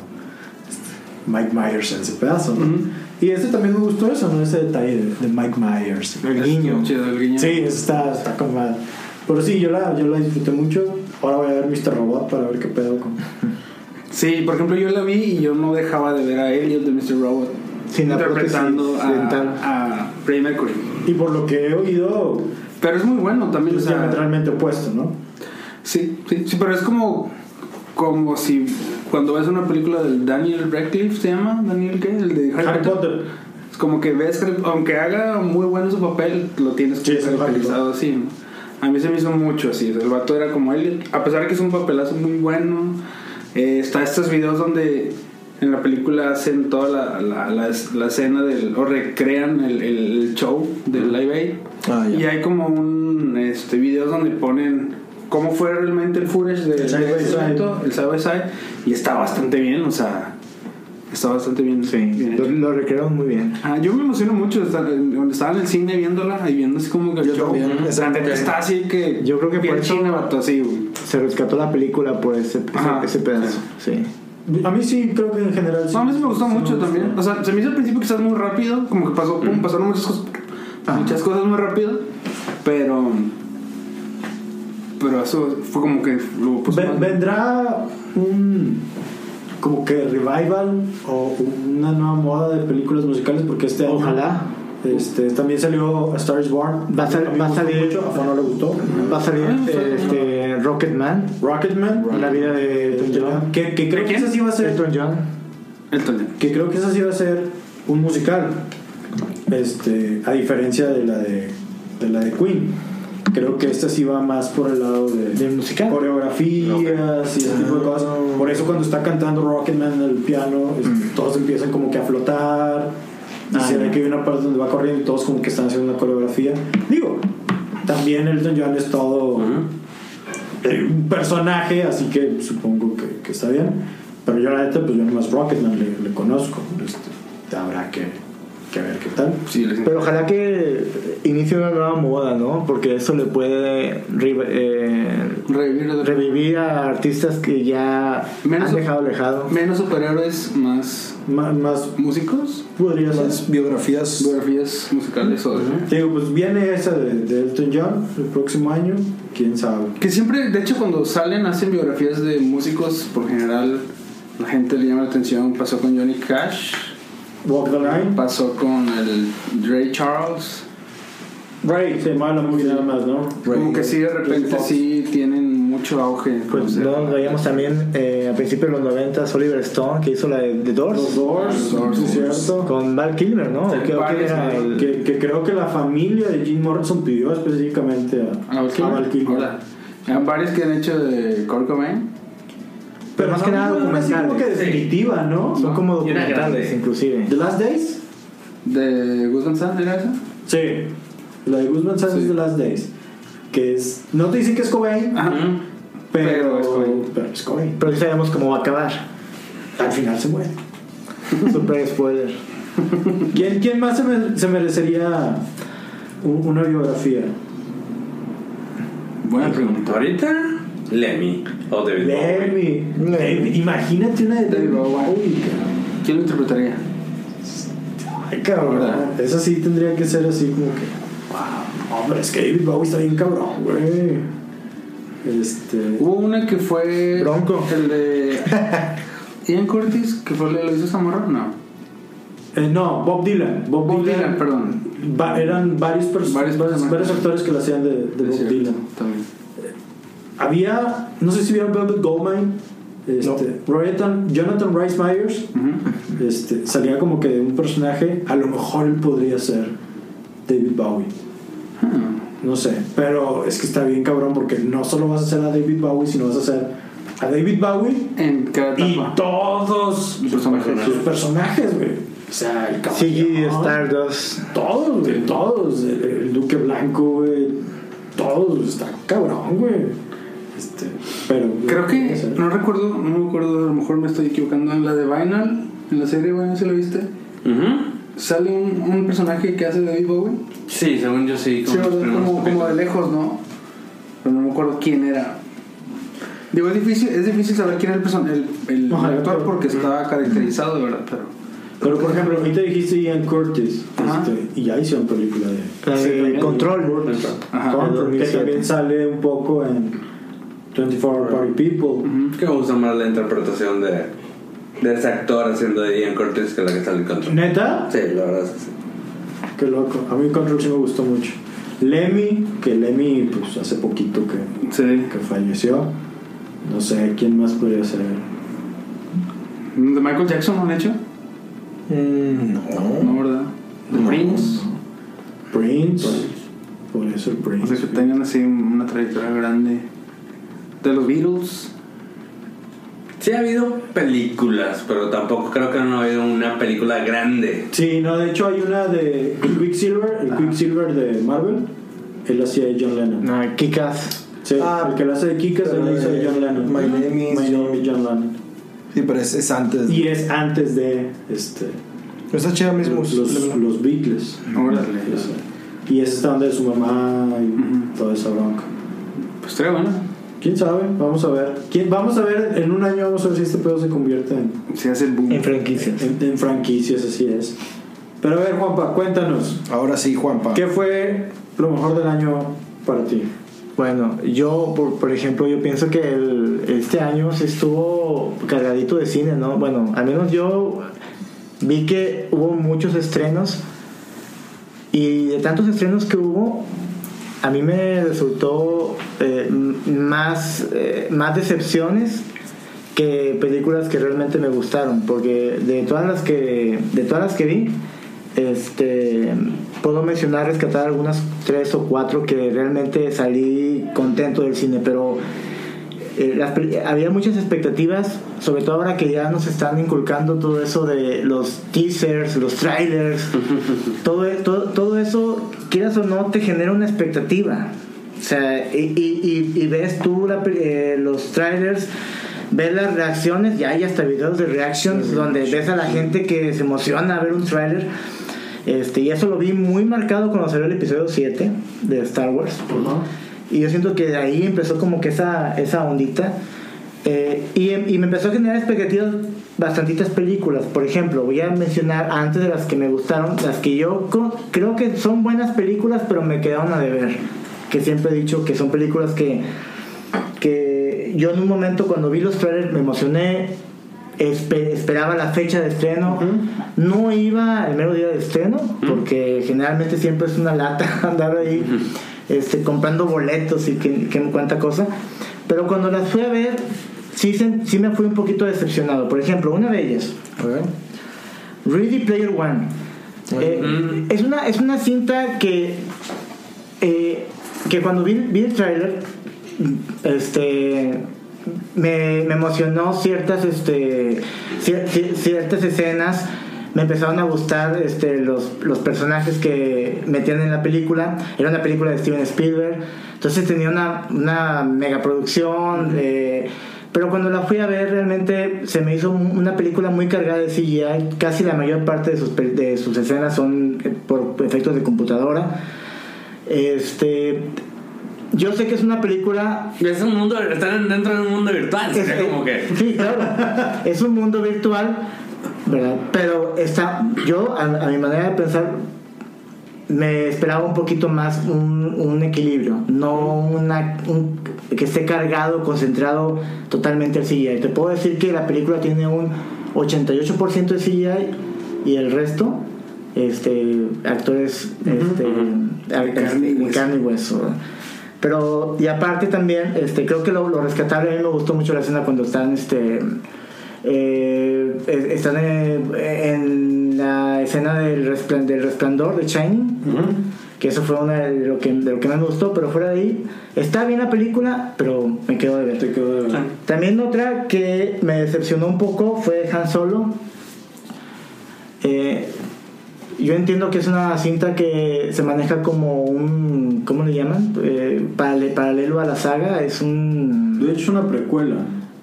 S3: este, Mike Myers en ese pedazo. ¿no?
S4: Ujú.
S3: Y este también me gustó eso, ¿no? Ese detalle de, de Mike Myers.
S1: El guiño.
S4: Chido, el guiño.
S3: Sí, eso está, está con madre. Pero sí, yo la, yo la disfruté mucho. Ahora voy a ver Mr. Robot para ver qué pedo con.
S4: Sí, por ejemplo, yo la vi y yo no dejaba de ver a Elliot de Mr. Robot.
S1: Sin la
S4: interpretando
S1: prótesis dental.
S4: a, a Freddie Mercury.
S3: Y por lo que he oído,
S4: Pero es muy bueno también, o
S3: es
S4: sea,
S3: diametralmente opuesto, ¿no?
S4: Sí, sí, sí, pero es como, como si cuando ves una película del Daniel Radcliffe, ¿se llama? ¿Daniel qué? El de Harry,
S3: Harry
S4: Potter.
S3: Potter.
S4: Es como que ves, Harry- aunque haga muy bueno su papel, lo tienes
S3: Sí, es el
S4: caracterizado así. ¿no? A mí se me hizo mucho así, el vato era como él, a pesar de que es un papelazo muy bueno, eh, está estos videos donde en la película hacen toda la, la, la, la escena del, o recrean el, el- el show del Live Aid.
S1: Ah, ya.
S4: Y hay como un este videos donde ponen cómo fue realmente el footage del
S3: El side by
S4: del
S3: side.
S4: evento, el side by side, y está bastante bien, o sea, está bastante bien. bien
S1: Sí,
S4: hecho.
S1: lo, lo recrearon muy bien.
S4: Ah, yo me emociono mucho de estar en- cuando estaba en el cine viéndola y viendo así como que el
S9: Yo
S4: show.
S9: también,
S4: Ujú. La neta está así que
S1: Yo creo que
S4: bien
S1: por eso-
S4: china, vato, así. güey.
S1: Se rescató la película por ese, ese-
S4: Ajá.
S1: ese pedazo. Sí.
S3: A mí sí, creo que en general sí.
S4: No, a mí sí me gustó
S3: Sí,
S4: mucho
S3: me gustó.
S4: también. O sea, se me hizo al principio quizás muy rápido, como que pasó, pum, pasaron muchas cosas, muchas cosas muy rápido, pero pero eso fue como que lo
S1: Pues,
S4: puso
S3: Ve-
S4: más-
S3: vendrá un como que revival o una nueva moda de películas musicales porque este año
S1: Ojalá.
S3: este, también salió A Star is Born
S1: Va a sal-
S3: mí me
S1: va a
S3: gustó
S1: salir-
S3: mucho, a Juan no le gustó
S1: Va a salir
S4: Ah,
S1: este,
S4: sí.
S1: este, Rocketman.
S3: Rocketman
S1: La vida de Elton John.
S3: que, que creo que
S4: quién?
S3: esa sí va a ser
S1: Elton John.
S4: Elton John.
S3: que creo que esa sí va a ser un musical este a diferencia de la de, de la de Queen creo que esta sí va más por el lado de,
S1: ¿De musical?
S3: coreografías y ese tipo de cosas por eso cuando está cantando Rocketman en el piano este, todos empiezan como que a flotar y se ve que hay una parte donde va corriendo y todos como que están haciendo una coreografía digo también Elton John es todo eh, un personaje, así que supongo que, que está bien. Pero yo la neta, pues yo nomás Rocketman le, le conozco. Este, habrá que, que ver qué tal.
S4: Sí, les-
S1: Pero ojalá que inicie una nueva moda, ¿no? Porque eso le puede re- eh,
S4: Revivir de-
S1: revivir a artistas que ya
S4: Menos-
S1: han dejado alejado.
S4: menos superhéroes, más
S3: Ma- más
S4: músicos,
S3: podría ser.
S9: Las biografías.
S4: biografías musicales o
S3: Te digo, pues viene esa de, de Elton John el próximo año, quién sabe.
S4: que siempre, de hecho, cuando salen hacen biografías de músicos, por general la gente le llama la atención. Pasó con Johnny Cash,
S3: Walk the Line.
S4: pasó con el Ray Charles.
S3: Ray, se llama la movie nada más, ¿no?
S4: Como que sí, de repente sí tienen mucho auge. no
S1: Pues
S4: sé.
S1: no, veíamos también eh, a principios de los 90 Oliver Stone que hizo la de The
S3: Los
S1: Doors
S3: Doors,
S4: Los Doors,
S3: sí,
S4: Doors.
S3: cierto.
S1: con Val Kilmer, ¿no?
S4: Sí,
S1: ¿O qué- o
S4: varios,
S1: quién era
S4: ¿no?
S1: el-
S3: Que, que creo que la familia de Jim Morrison pidió específicamente a,
S4: A Val Kilmer.
S3: a Val Kilmer.
S4: Ahora, Hay varios que han hecho de Kurt Cobain.
S3: Pero
S1: más
S3: no,
S1: que nada
S3: no, no, así como que
S1: documentales.
S3: definitiva, ¿no?
S1: Son como
S6: Y era
S1: documentales,
S6: grande.
S1: inclusive.
S3: The Last Days.
S4: ¿De Guzmán Sanz era esa?
S3: Sí. La de Guzmán Sánchez
S4: Sí.
S3: de Last Days. Que es. No te dicen que es Cobain,
S4: Ajá.
S3: pero,
S4: pero es Cobain.
S3: pero es Cobain.
S1: Pero sí sabemos cómo va a acabar.
S3: Al final se muere.
S1: Super spoiler.
S3: ¿Quién, quién más se, me- se merecería un- una biografía?
S4: Buena pregunta.
S6: Ahorita, Lemmy o David Bowie.
S3: Lemmy. Lemmy. Imagínate una de
S4: David
S3: David
S4: Bowie.
S3: Bowie, cabrón.
S4: ¿Quién lo interpretaría?
S3: Ay, cabrón.
S4: ¿Verdad?
S3: Esa sí tendría que ser así como que. Wow. No, pero es que David Bowie está bien cabrón, güey. Este.
S4: Hubo una que fue.
S3: Bronco.
S4: El de. Ian Curtis, que fue el de Luis Zamorro, no.
S3: Eh, no, Bob Dylan. Bob,
S4: Bob
S3: Dylan.
S4: Dylan, perdón.
S3: Va- eran varios, pers-
S4: Varios
S3: varios,
S4: personajes.
S3: varios actores que lo hacían de, de Bob
S4: Es cierto,
S3: Dylan.
S4: También.
S3: Había, no sé si vieron Velvet Goldmine. Este, Jonathan, Jonathan Rice Myers
S4: Ujú.
S3: este, salía como que de un personaje. A lo mejor él podría ser David Bowie.
S4: Hmm.
S3: No sé, pero es que está bien cabrón porque no solo vas a ser a David Bowie, sino vas a ser a David Bowie
S4: En cada
S3: y
S4: etapa.
S3: todos
S4: Sus personajes.
S3: sus personajes, güey. O sea, el cabrón.
S1: Ziggy Stardust.
S3: Todos, güey, todos. El, el Duque Blanco, güey. Todos, está cabrón, güey. Este, pero.
S4: Creo
S3: o sea,
S4: que, no recuerdo, no me acuerdo, a lo mejor me estoy equivocando. En la de Vinyl, en la serie Vinyl, ¿se lo viste?
S6: Ujú.
S4: Sale un, un personaje que hace David Bowie.
S6: Sí, según yo sí.
S4: Sí,
S6: los
S4: ¿verdad? como,
S6: primeros
S4: como de
S6: capítulos.
S4: lejos, ¿no? Pero no me acuerdo quién era. Digo, es difícil, es difícil saber quién era el, person- el, el
S3: Ajá,
S4: actor
S3: pero-
S4: porque está caracterizado, de verdad, pero...
S3: Pero por ejemplo, ahorita dijiste Ian Curtis.
S4: Ajá.
S3: Este, y ya hicieron película de.
S1: La de Eh, Control.
S4: Ajá.
S3: Control, que
S1: 2007.
S3: también sale un poco en 24 Party People.
S6: Mm, Que me gusta más la interpretación de, de ese actor haciendo de Ian Curtis que la que sale en Control.
S3: Neta,
S6: Sí, la verdad es que sí.
S3: qué loco. A mí Control sí me gustó mucho. Lemmy, que Lemmy, pues hace poquito que,
S4: Sí.
S3: que falleció. No sé quién más podría ser.
S4: ¿De Michael Jackson no han hecho?
S3: no.
S4: No, ¿verdad? ¿De
S3: No.
S4: Prince?
S3: Prince. Podría ser Prince.
S4: O sea, que
S3: güey.
S4: tengan así una trayectoria grande. De los Beatles.
S6: Sí ha habido películas, pero tampoco creo que no ha habido una película grande.
S3: Sí, no, de hecho hay una de Quicksilver, el Quicksilver de Marvel, él hacía de John Lennon.
S1: No, Kikas.
S3: Sí,
S10: Ah,
S3: el que lo hace de Kikas, él
S10: pero
S3: lo hizo de
S10: de
S3: John Lennon.
S10: My Name is
S3: My Name
S10: John-
S3: John Lennon.
S10: Sí, pero es, es antes.
S3: Y es antes de este,
S10: Está chido mismo.
S3: los, los, los Beatles.
S4: Órale.
S3: Eso. Y es esta onda de su mamá y
S4: Ujú.
S3: toda esa bronca.
S4: Pues estaría bueno.
S3: ¿Quién sabe? Vamos a ver. ¿Quién, vamos a ver, en un año vamos a ver si este pedo se convierte en,
S4: Se hace el boom.
S1: En franquicias.
S3: en- en franquicias, así es. Pero a ver, Juanpa, cuéntanos,
S10: Ahora sí, Juanpa.
S3: ¿qué fue lo mejor del año para ti?
S1: Bueno, yo, por, por ejemplo, yo pienso que el- este año se estuvo cargadito de cine, ¿no? Bueno, al menos yo vi que hubo muchos estrenos y de tantos estrenos que hubo, a mí me resultó eh, m- más, eh, más decepciones que películas que realmente me gustaron, porque de todas las que, de todas las que vi, este, puedo mencionar, rescatar algunas tres o cuatro que realmente salí contento del cine, pero eh, las pel- había muchas expectativas, sobre todo ahora que ya nos están inculcando todo eso de los teasers, los trailers, todo, e- todo, todo eso, quieras o no, te genera una expectativa. O sea, y, y- y- y ves tú la pel- eh, los trailers, ves las reacciones, ya hay hasta videos de reactions donde ves a la gente que se emociona a ver un trailer. Este, y eso lo vi muy marcado cuando salió el episodio 7 de Star Wars. Y yo siento que de ahí empezó como que esa, esa ondita. Eh, y, y me empezó a generar expectativas bastantitas películas. Por ejemplo, voy a mencionar antes de las que me gustaron, las que yo co- creo que son buenas películas, pero me quedaron a deber. Que siempre he dicho que son películas que, que yo en un momento cuando vi los trailers me emocioné, espe- esperaba la fecha de estreno, no iba al mero día de estreno, porque generalmente siempre es una lata andar ahí este, comprando boletos y que, que cuánta cosa, pero cuando las fui a ver, sí, sen- sí me fui un poquito decepcionado. Por ejemplo, una de ellas,
S10: A ver.
S1: Ready Player One. Eh, es, una, es una cinta que, eh, que cuando vi, vi el tráiler, este, me, me emocionó ciertas, este, cier- cier- ciertas escenas. Me empezaron a gustar este, los, los personajes que metían en la película. Era una película de Steven Spielberg. Entonces tenía una, una megaproducción. eh, pero cuando la fui a ver realmente se me hizo un- una película muy cargada de CGI. Casi la mayor parte de sus, pe- de sus escenas son eh, por efectos de computadora. Este, yo sé que es una película
S6: Es un mundo, están dentro de un mundo virtual.
S1: Es-
S6: sería como que.
S1: Sí, claro. es un mundo virtual, ¿verdad? Pero está, yo, a, a mi manera de pensar, me esperaba un poquito más un, un equilibrio, no una, un- que esté cargado, concentrado totalmente el CGI. Te puedo decir que la película tiene un 88% de CGI y el resto, este, actores este, ar-
S4: De carne y
S1: este, de
S4: hueso.
S1: carne y hueso. ¿verdad? Pero, y aparte también, este, creo que lo, lo rescatable, a mí me gustó mucho la escena cuando están, este, eh, es- están eh, en la escena del, resplan- del resplandor de Shining, que eso fue una de lo, que, de lo que más me gustó, pero fuera de ahí, está bien la película, pero me quedo de ver.
S3: Te quedó de ver.
S6: Ah.
S1: También otra que me decepcionó un poco fue Han Solo. Eh, yo entiendo que es una cinta que se maneja como un, ¿cómo le llaman? Eh, parale- paralelo a la saga, es un...
S3: De hecho, es una precuela,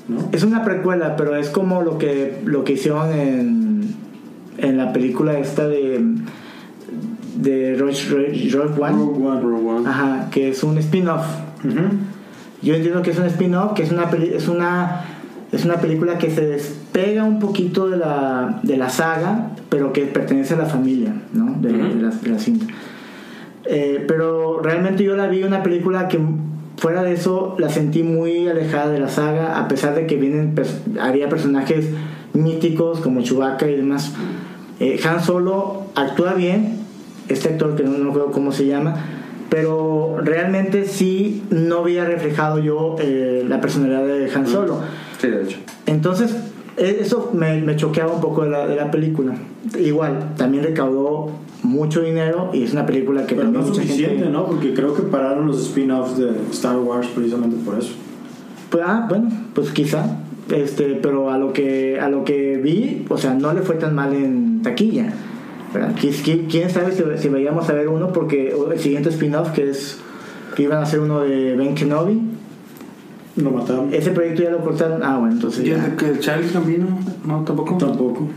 S3: ¿no?
S1: Es una precuela, pero es como lo que, lo que hicieron en, en la película esta de... De Rogue, Rogue- Rogue One.
S3: Rogue One.
S1: Ajá, que es un spin-off.
S3: Ujú.
S1: Yo entiendo que es un spin-off, que es una, peli- es una es una película que se despega un poquito de la, de la saga, pero que pertenece a la familia, ¿no? De,
S6: Ujú.
S1: de la, de la cinta. Eh, pero realmente yo la vi una película que fuera de eso la sentí muy alejada de la saga, a pesar de que vienen pers- había personajes míticos como Chewbacca y demás. Eh, Han Solo actúa bien, este actor que no me acuerdo cómo se llama, pero realmente sí no había reflejado yo eh, la personalidad de Han Solo.
S6: Sí, de hecho.
S1: Entonces, e- eso me, me choqueaba un poco de la, de la película. Igual, también recaudó mucho dinero y es una película que
S3: Pero
S1: también
S3: no
S1: mucha
S3: suficiente,
S1: gente...
S3: ¿no? Porque creo que pararon los spin-offs de Star Wars precisamente por eso.
S1: Pues, ah, bueno, pues quizá. Este, pero a lo que a lo que vi, o sea, no le fue tan mal en taquilla. ¿verdad? Qui- qui- ¿Quién sabe si, si vayamos a ver uno? Porque o el siguiente spin-off que es que iban a hacer uno de Ben Kenobi,
S3: Lo mataron.
S1: ese proyecto ya lo cortaron. Ah, bueno, entonces
S4: ¿Y el
S1: ya.
S4: de que Charlie Gambino? No, tampoco.
S3: Tampoco.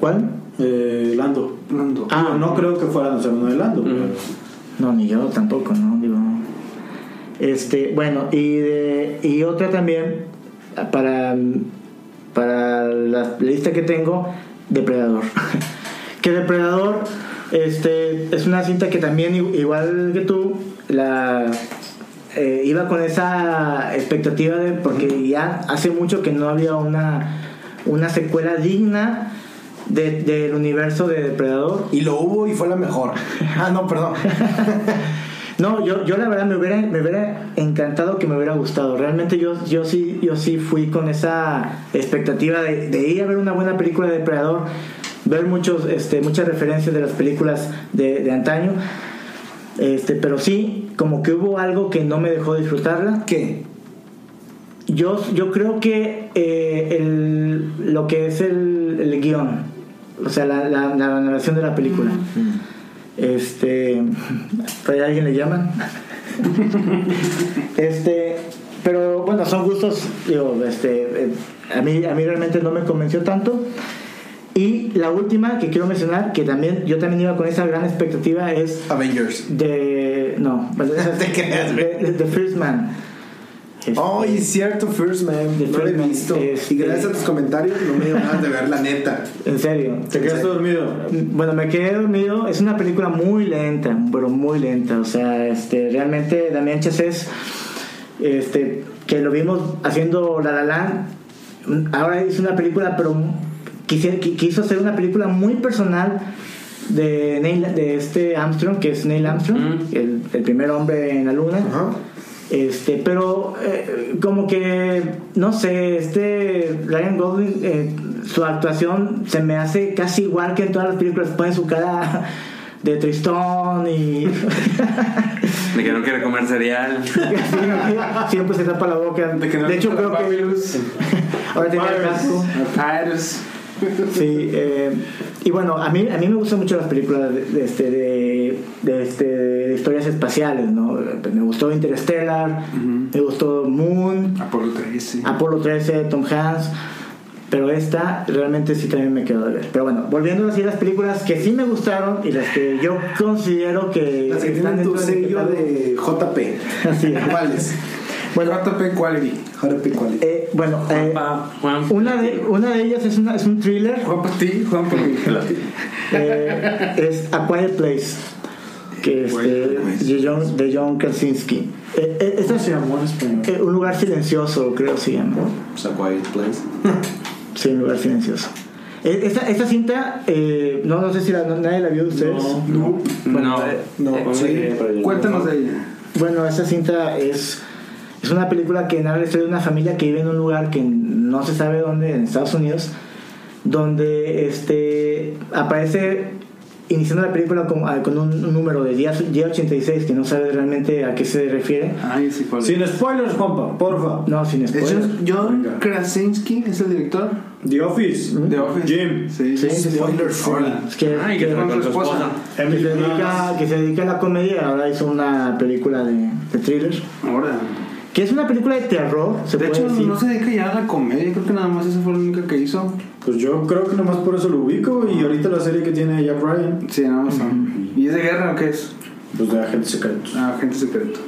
S1: ¿Cuál?
S3: Eh, Lando.
S4: Lando.
S1: Ah.
S3: Digo, no creo que fuera o sea, uno de Lando. pero-
S1: No, ni yo tampoco, ¿no? Digo, este, bueno, y, de- y otra también para, para la lista que tengo, Depredador. que Depredador este, es una cinta que también, i- igual que tú, la, eh, iba con esa expectativa de, porque ya hace mucho que no había una, una secuela digna de- del universo de Depredador.
S8: Y lo hubo y fue la mejor. Ah, no, perdón.
S1: No, yo, yo la verdad me hubiera, me hubiera encantado que me hubiera gustado. Realmente yo, yo sí, yo sí fui con esa expectativa de, de ir a ver una buena película de Depredador, ver muchos, este, muchas referencias de las películas de, de antaño. Este, pero sí, como que hubo algo que no me dejó disfrutarla.
S8: ¿Qué?
S1: Yo, yo creo que eh, el- lo que es el, el guión, o sea, la, la- la narración de la película.
S8: Mm.
S1: Este. ¿por ahí alguien le llaman? este. Pero bueno, son gustos. Digo, este. eh, a, mí, a mí realmente no me convenció tanto. Y la última que quiero mencionar, que también yo también iba con esa gran expectativa, es
S8: Avengers.
S1: de. No,
S8: Te creas, güey.
S1: de, de- de First Man. Este,
S8: Ay, cierto, First Man.
S1: The
S8: no lo he
S1: First Man,
S8: visto.
S1: este-
S8: Y gracias a tus comentarios no me dio ganas de ver la neta.
S1: En serio.
S3: Te quedaste dormido.
S1: Bueno, me quedé dormido. Es una película muy lenta, pero muy lenta. O sea, este, realmente Damián Chazés, este, que lo vimos haciendo La La Land, ahora hizo una película, pero quisi- qui- quiso hacer una película muy personal de, Neil, de este Armstrong, que es Neil Armstrong,
S6: Ujú.
S1: el, el primer hombre en la luna.
S8: Ajá.
S1: Este, pero eh, como que, no sé, este Ryan Gosling, eh, su actuación se me hace casi igual que en todas las películas. Pone su cara de tristón y
S6: De que no quiere comer cereal.
S1: siempre se tapa la boca. Ah, De,
S4: De que no le
S1: hecho,
S4: gusta
S1: creo
S4: la
S1: que
S4: Papyrus.
S1: ahora tenía el casco.
S4: Papyrus.
S1: Sí, eh, y bueno, a mí, a mí me gustan mucho las películas de, de este, de, de este, de historias espaciales, ¿no? Me gustó Interstellar, me gustó Moon.
S4: Apolo 13.
S1: Apolo 13, Tom Hanks. Pero esta realmente sí también me quedó de ver. Pero bueno, volviendo así a las películas que sí me gustaron y las que yo considero que.
S8: Las que
S1: están
S8: tienen tu
S1: dentro del
S8: sello
S1: catálogo.
S8: de JP.
S1: Así es.
S8: ¿Cuáles?
S1: Bueno,
S4: JP Quality.
S8: JP, ¿cuáles?
S1: eh, bueno eh,
S6: Juanpa, Juan.
S1: una, de, una de ellas es, una, es un thriller.
S4: Juan para ti, Juan para mí.
S1: eh, es A Quiet Place que es de, de John, de John Krasinski Eh, eh, esta se llamó en español Eh, un lugar silencioso creo se llamó
S8: Pues, A Quiet Place.
S1: sí un lugar silencioso Eh, esta, esta cinta eh, no, no sé si la- no- nadie la vio de ustedes
S4: No.
S6: No,
S8: eh, No, sí.
S4: Cuéntanos de ella.
S1: bueno esta cinta es es una película que narra la historia de una familia que vive en un lugar que no se sabe dónde en Estados Unidos donde este aparece iniciando la película con, ah, con un, un número de día, día 86 que no sabe realmente a qué se refiere.
S4: Ay, sí, cuál.
S5: Sin spoilers, compa, porfa.
S1: No, sin spoilers.
S4: John Krasinski es el director
S5: The Office.
S4: de Office.
S5: Jim.
S4: Sí,
S1: Sí, sí, sí.
S8: Spoiler free.
S4: Hola.
S1: Es que,
S6: Ay,
S1: que-
S6: que fue
S4: con
S6: con
S4: tu
S6: tu
S4: esposa.
S6: esposa.
S1: que se dedica, que se dedica a la comedia y ahora hizo una película de, de thriller.
S4: Ahora.
S1: Que es una película de terror, se
S4: De
S1: puede
S4: hecho,
S1: decir.
S4: no se dedica ya a la comedia. Creo que nada más esa fue la única que hizo.
S5: Pues yo creo que nomás por eso lo ubico y ahorita la serie que tiene Jack Ryan,
S4: Sí, en Amazon. ¿Y es de guerra o qué es?
S5: pues de Agentes Secretos.
S4: Ah, gente secreto.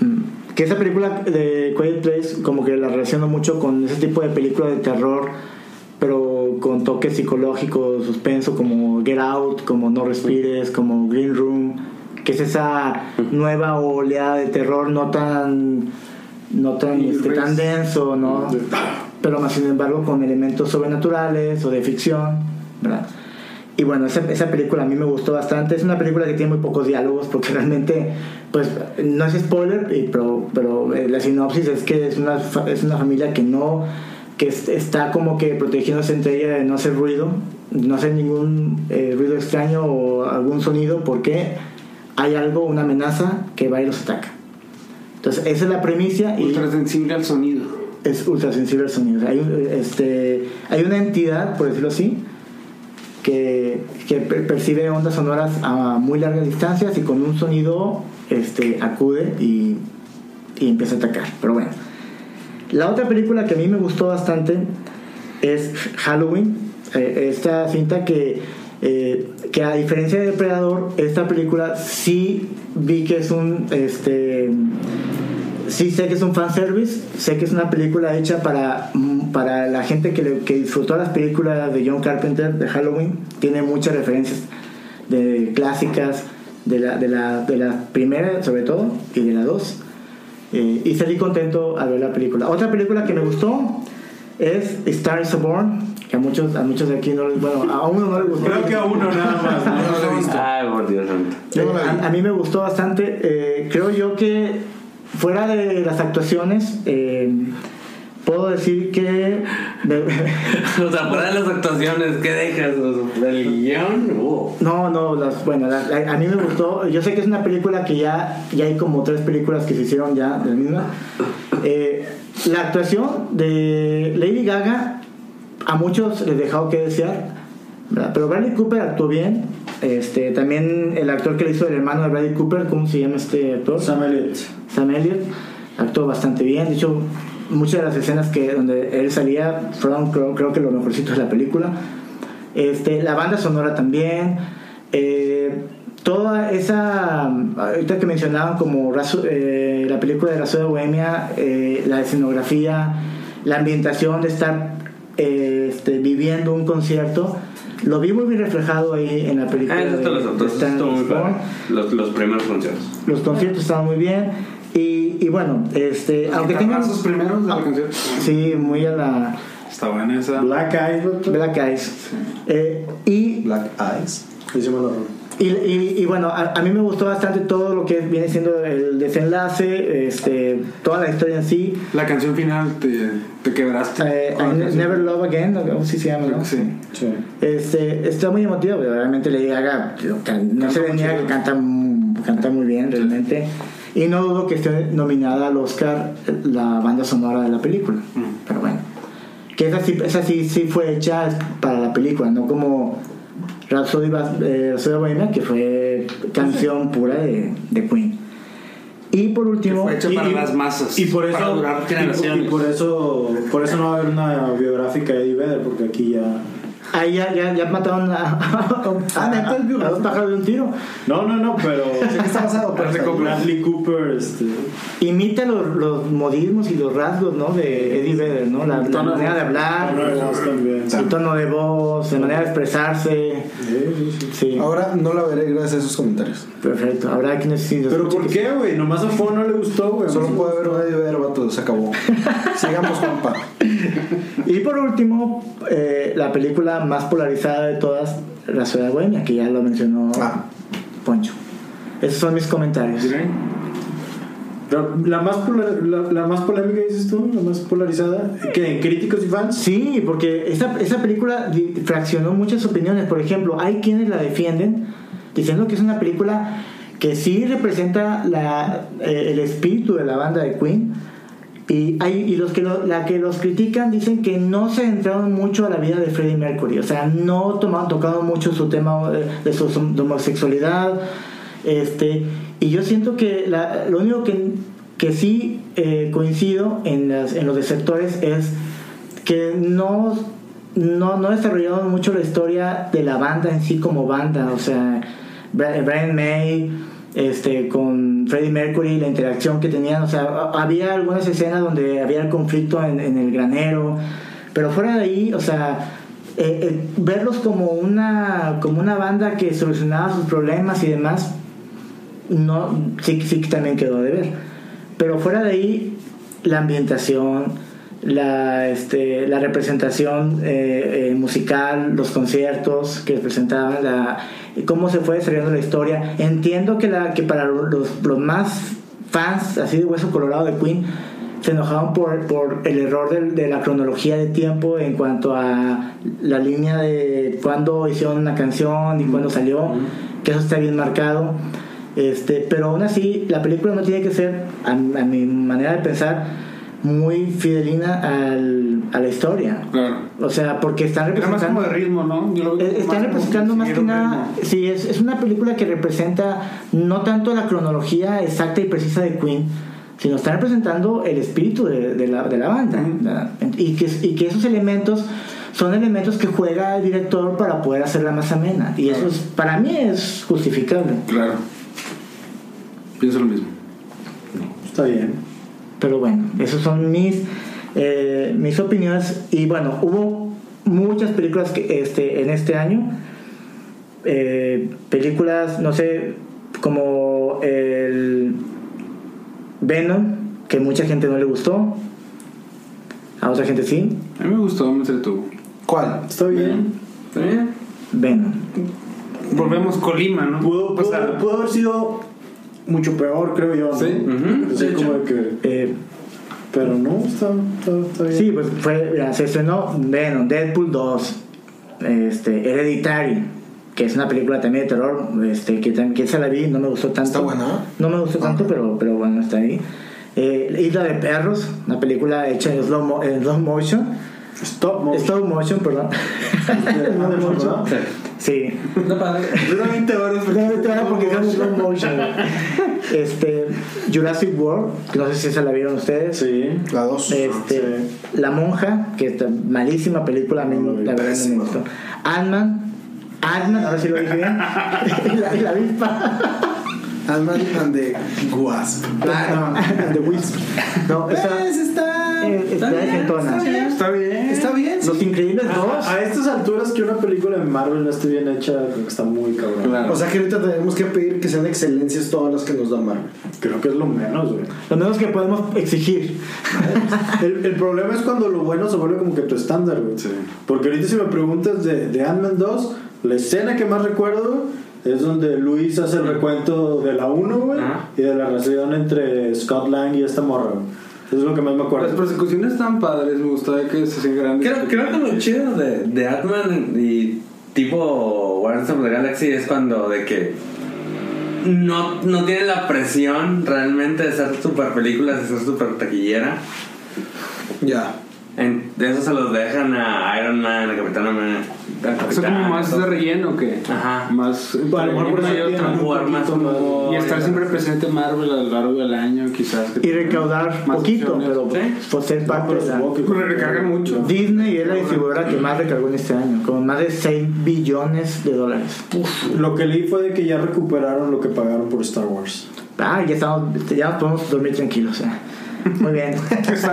S1: Mm. Que esa película de Quiet Place como que la relaciono mucho con ese tipo de película de terror, pero con toques psicológicos, suspenso, como Get Out, como No Respires, como Green Room, que es esa nueva oleada de terror no tan no tan,
S4: Y
S1: este, tan
S4: res-
S1: denso, ¿no?
S4: Sí.
S1: Pero más sin embargo con elementos sobrenaturales o de ficción, ¿verdad? Y bueno, esa, esa película a mí me gustó bastante. Es una película que tiene muy pocos diálogos porque realmente, pues, no es spoiler, y- pero, pero eh, la sinopsis es que es una, fa- es una familia que no, que es- está como que protegiéndose entre ella de no hacer ruido, no hacer ningún eh, ruido extraño o algún sonido porque hay algo, una amenaza que va y los ataca. Entonces, esa es la premisa y
S4: Ultra sensible al sonido.
S1: es ultrasensible al sonido. O sea, hay, un- este, hay una entidad, por decirlo así, que, que per- percibe ondas sonoras a muy largas distancias y con un sonido este, acude y, y empieza a atacar. Pero bueno, la otra película que a mí me gustó bastante es Halloween, eh, esta cinta que, eh, que a diferencia de Depredador, esta película sí vi que es un... Este, sí sé que es un fanservice, sé que es una película hecha para, mm, para la gente que, le- que disfrutó las películas de John Carpenter de Halloween. Tiene muchas referencias de clásicas, de la, de la, de la primera sobre todo, y de la dos. Eh, y salí contento al ver la película. Otra película que me gustó es Star is Born, que a muchos, a muchos de aquí no les, bueno, a uno no les gustó.
S5: Creo que a uno nada más. ¿no?
S6: Ay, por Dios santo.
S8: Yo no la vi.
S1: Eh, a, a mí me gustó bastante. eh, creo yo que fuera de las actuaciones, eh, puedo decir que...
S6: O sea, fuera de las actuaciones, ¿qué dejas? O sea, Del guión, uh.
S1: No, no, las, bueno, las- a, a mí me gustó. Yo sé que es una película que ya, ya hay como tres películas que se hicieron ya de la misma. Eh, la actuación de Lady Gaga a muchos les dejó que desear, ¿verdad? pero Bradley Cooper actuó bien. Este, también el actor que le hizo el hermano de Bradley Cooper, ¿cómo se llama este actor?
S5: Sam Elliott.
S1: Sam Elliott actuó bastante bien. De hecho, muchas de las escenas que donde él salía fueron creo, creo que lo mejorcito de la película. Este, la banda sonora también. Eh, toda esa ahorita que mencionaban como Razo- eh, la película de Razo de Bohemia, eh, la escenografía, la ambientación de estar eh, este, viviendo un concierto. Lo vi muy bien reflejado ahí en la película.
S6: Ah, eso
S1: de- de
S6: te lo entonces
S1: Stan
S6: estuvo muy
S1: Osborne
S6: padre. Los, los primeros conciertos.
S1: los conciertos estaban muy bien y, y bueno este aunque tengan
S4: sus primeros de la canción.
S1: sí muy a la
S4: Está buena esa.
S5: Black Eyed Peas.
S1: Black Eyes Eh, y,
S8: Black Eyes.
S5: Hicimos la
S1: y, y- y bueno a, a mí me gustó bastante todo lo que viene siendo el desenlace este toda la historia en sí
S4: La canción final te, te quebraste.
S1: Eh,
S4: con la
S1: I
S4: canción.
S1: Never Love Again o algo así se llama
S4: Creo
S1: ¿no?
S4: que sí.
S5: Sí.
S1: este está muy emotivo pero realmente le llega no se le niega que canta mm, canta muy bien realmente y no dudo que esté nominada al Oscar eh, la banda sonora de la película
S4: Mm.
S1: pero bueno que esa sí, esa sí, sí fue hecha para la película no como Rhapsody, Bas- eh, Rhapsody Bohemia que fue canción pura de, de Queen Y por último,
S4: fue hecha
S1: y-
S4: para
S1: y-
S4: las masas.
S3: Y por eso,
S4: Para durar
S3: y,
S4: generaciones.
S3: y por eso, por eso no va a haber una biográfica de Eddie Vedder, porque aquí ya.
S1: ahí ya, ya, ya mataron a, a-
S3: Ah, ¿neta?
S1: a dos pájaros de un tiro.
S3: No, no, no, pero.
S8: está basado, pero está bien.
S3: Bradley Cooper, este.
S1: Imita los, los modismos y los rasgos ¿no? de Eddie Vedder, ¿no? La, la manera de hablar,
S3: Honor Ross también.
S1: su tono de voz, la manera de expresarse.
S3: Sí, sí, sí.
S1: Sí,
S8: Ahora no la veré gracias a esos comentarios.
S1: perfecto. Habrá quienes sí los
S3: Pero
S1: escuchen
S3: ¿por
S1: que sí.
S3: qué, güey? Nomás a Fo no le gustó, güey.
S8: Solo puede haber una de vato, se acabó. Sigamos, compa.
S1: Y por último, eh, la película más polarizada de todas, La Ciudad Bohemia, que ya lo mencionó
S8: Ah.
S1: Poncho. Esos son mis comentarios.
S3: Pero La más, polar- la, la más polémica, dices tú, la más polarizada, que en críticos y fans.
S1: Sí, porque esa, esa película di- fraccionó muchas opiniones. Por ejemplo, hay quienes la defienden diciendo que es una película que sí representa la, eh, el espíritu de la banda de Queen. Y, hay, y los que lo- la que los critican dicen que no se entraron mucho a la vida de Freddie Mercury. O sea, no tomaron, tocaron mucho su tema eh, de su su homosexualidad. Este, y yo siento que la- lo único que, que sí eh, coincido en, las- en los deceptores es que no, no, no desarrollaron mucho la historia de la banda en sí como banda. O sea, Bra- Brian May este, con Freddie Mercury, la interacción que tenían. O sea, ha- había algunas escenas donde había el conflicto en, en el granero. Pero fuera de ahí, o sea, eh, eh, verlos como una, como una banda que solucionaba sus problemas y demás, no, sí, sí que también quedó de ver. Pero fuera de ahí, la ambientación, la, este, la representación eh, eh, musical, los conciertos que presentaban, la, cómo se fue desarrollando la historia. Entiendo que, la, que para los, los más fans, así de hueso colorado de Queen, se enojaron por, por el error del- de, la cronología de tiempo en cuanto a la línea de cuándo hicieron una canción y cuándo salió, que eso está bien marcado. Este, pero aún así, la película no tiene que ser, a, a mi manera de pensar, muy fidelina al- a la historia.
S11: Claro.
S1: O sea, porque están
S4: Era más como
S1: representando...
S4: de ritmo, ¿no? Yo lo veo
S1: Eh,
S4: como
S1: Está
S4: más
S1: representando
S4: como
S1: más que
S4: siguieron
S1: nada,
S4: ritmo.
S1: sí, es, es una película que representa no tanto la cronología exacta y precisa de Queen, sino está representando el espíritu de, de la, de la banda. ¿verdad? y, que, y que esos elementos son elementos que juega el director para poder hacerla más amena. Y eso es, para mí es justificable.
S11: Claro. Pienso lo mismo.
S3: Está bien.
S1: Pero bueno, esas son mis, eh, mis opiniones. Y bueno, hubo muchas películas que, este, en este año. Eh, películas, no sé, como el Venom, que mucha gente no le gustó. A otra gente sí.
S11: A mí me gustó, me entretuvo.
S8: ¿Cuál?
S3: Está bien.
S11: ¿Está bien?
S1: Venom.
S4: Volvemos Colima, ¿no?
S3: Pudo, pudo-
S4: Pasar.
S3: pudo haber sido mucho peor, creo yo. ¿no?
S11: Sí.
S3: O sea,
S4: De
S3: como de que.
S1: Eh,
S3: Pero no, está, está, está bien.
S1: sí, pues fue, mira, se estrenó Venom, Deadpool 2, este, Hereditary, que es una película también de terror, este, que, tam- que esa la vi, no me gustó tanto.
S8: Está buena. ¿eh? Ah.
S1: No me gustó tanto, pero, pero bueno, está ahí. Eh, Isla de Perros, una película hecha en slow, mo- en slow motion.
S3: Stop motion.
S1: Stop motion, perdón.
S3: Ah, de motion.
S1: sí.
S4: Está padre.
S11: Dura 20 horas.
S1: Realmente ahora porque es en slow motion. Este, Jurassic World, que no sé si esa la vieron ustedes.
S3: Sí.
S8: La 2.
S1: Este, La Monja, que está malísima película, a mí
S3: No la vi,
S1: la verdad no me gustó. Ant-Man, Ant-Man, ahora sí lo dije bien. Y la, y la avispa.
S8: Ant-Man and the Wasp.
S1: Ah, no.
S8: And the Wisp.
S1: No, esa
S8: Ese está.
S1: eh, está desentona.
S4: Está bien.
S8: Está bien.
S1: Los Increíbles 2.
S3: A estas alturas que una película de Marvel no esté bien hecha, creo que está muy cabrón.
S8: O sea que ahorita tenemos que pedir que sean excelencias todas las que nos da Marvel.
S3: Creo que es lo menos, güey.
S1: Lo menos que podemos exigir.
S3: El, el problema es cuando lo bueno se vuelve como que tu estándar, güey. Porque ahorita si me preguntas de, de Ant-Man 2, la escena que más recuerdo es donde Luis hace el recuento de la 1, güey,
S6: Ajá.
S3: y de la relación entre Scott Lang y esta morra, güey. Eso es lo que más me
S11: Las
S3: acuerdo.
S11: persecuciones están padres, me gustaba que se hacían grandes.
S6: Creo, creo que lo chido de, de Atman y tipo Guardians of the Galaxy es cuando de que no, no tiene la presión realmente de ser super películas, de ser super taquillera.
S8: Ya.
S6: En, de eso se los dejan a Iron Man, a Capitán América, a
S4: Eso es como
S6: Capitán,
S4: más
S6: todo.
S4: de relleno que
S6: Ajá.
S4: más.
S5: A lo mejor por eso
S12: Hay
S5: tienen
S12: otro
S5: un
S6: jugar más
S5: poquito
S6: como-
S12: Y estar siempre presente Marvel a lo largo del año, quizás. que
S1: Y
S12: tenga
S1: recaudar
S12: más
S1: poquito,
S12: opciones.
S1: pero
S6: Sí.
S1: pues ser
S3: Ah,
S1: parte de la-
S5: supongo que-
S4: Pero recargan mucho.
S1: Disney es la distribuidora que más recargó en este año, con más de 6 billones de dólares.
S5: Lo que leí fue de que ya recuperaron lo que pagaron por Star Wars.
S1: Ah, ya estamos, ya nos podemos dormir tranquilos. eh. Muy bien.